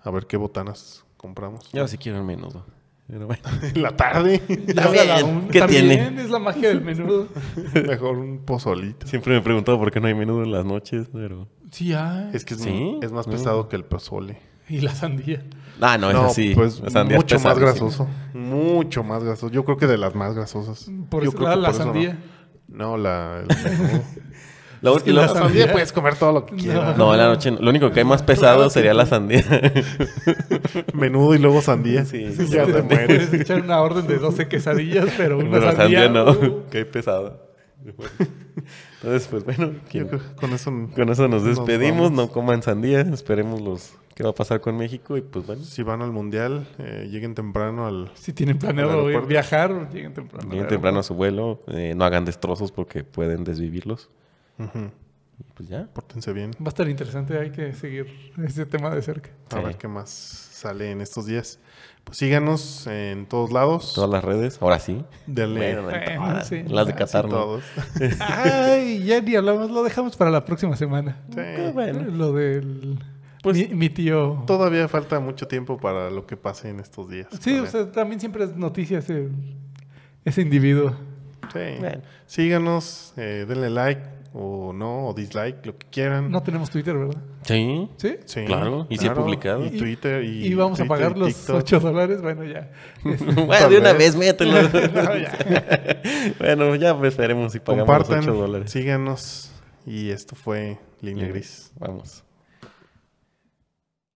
a ver qué botanas compramos.
Yo sí quiero al menos. ¿no? Pero bueno.
en la tarde.
Está
Ahora la
bien,
un-
¿qué
también
tiene?
es la magia del menudo.
Mejor un pozolito.
Siempre me he preguntado por qué no hay menudo en las noches, pero...
Sí, ah.
Es que es,
¿Sí?
es más
Mm.
pesado que el pozole.
Y la sandía.
Ah, no, es así.
pues mucho más grasoso. Mucho más grasoso. Yo creo que de las más grasosas.
Por
Yo
eso,
creo
la,
que
la
por eso no.
sandía.
No, la, el menudo.
La
Es que
última-
la
la sandía puedes comer todo lo que
No.
quieras.
No, en la noche no. Lo único que hay más pesado sería la sandía.
Menudo y luego sandía.
Sí,
ya
Te
te mueres.
Puedes echar una orden de 12 quesadillas, pero una
Pero la
sandía.
sandía
uh,
no. Que hay pesado. Entonces, pues bueno.
Yo creo que con eso,
Con eso nos
Nos
despedimos. no
vamos.
coman sandía. Esperemos los... ¿Qué va a pasar con México? Y pues bueno.
si van al mundial, eh, lleguen temprano al.
Si tienen
Al
planeado
aeropuerto.
viajar, lleguen temprano.
Lleguen
al
temprano a su vuelo. eh, no hagan destrozos porque pueden desvivirlos.
Ujú.
Y pues ya.
Pórtense bien.
Va a estar interesante, hay que seguir ese tema de cerca.
A
Sí.
ver qué más sale en estos días. Pues síganos en todos lados.
Todas las redes. Ahora sí.
Denle
Bueno, en
Bueno,
todas.
sí.
En las de
Ah, sí,
Qatar, ¿no?
todos.
Ay, ya ni hablamos, lo dejamos para la próxima semana.
Qué
Sí.
bueno.
Lo del.
Pues-
mi, mi tío.
Todavía falta mucho tiempo para lo que pase en estos días.
Sí,
Todavía.
o sea, también siempre es noticia ese, ese individuo.
Sí.
Bueno.
Síganos, eh, denle like o no, o dislike, lo que quieran.
No tenemos Twitter, ¿verdad?
Sí.
Sí.
Sí,
Claro, y sí he publicado.
Y Twitter y.
Y, vamos a
Twitter
pagar
y
los
TikTok.
8 dólares. Bueno, ya.
Bueno, de una vez,
vez.
mételo.
No, ya.
bueno, ya pues, veremos si pagamos los
Compartan,
8 dólares.
síganos. Y esto fue Línea Gris.
Vamos.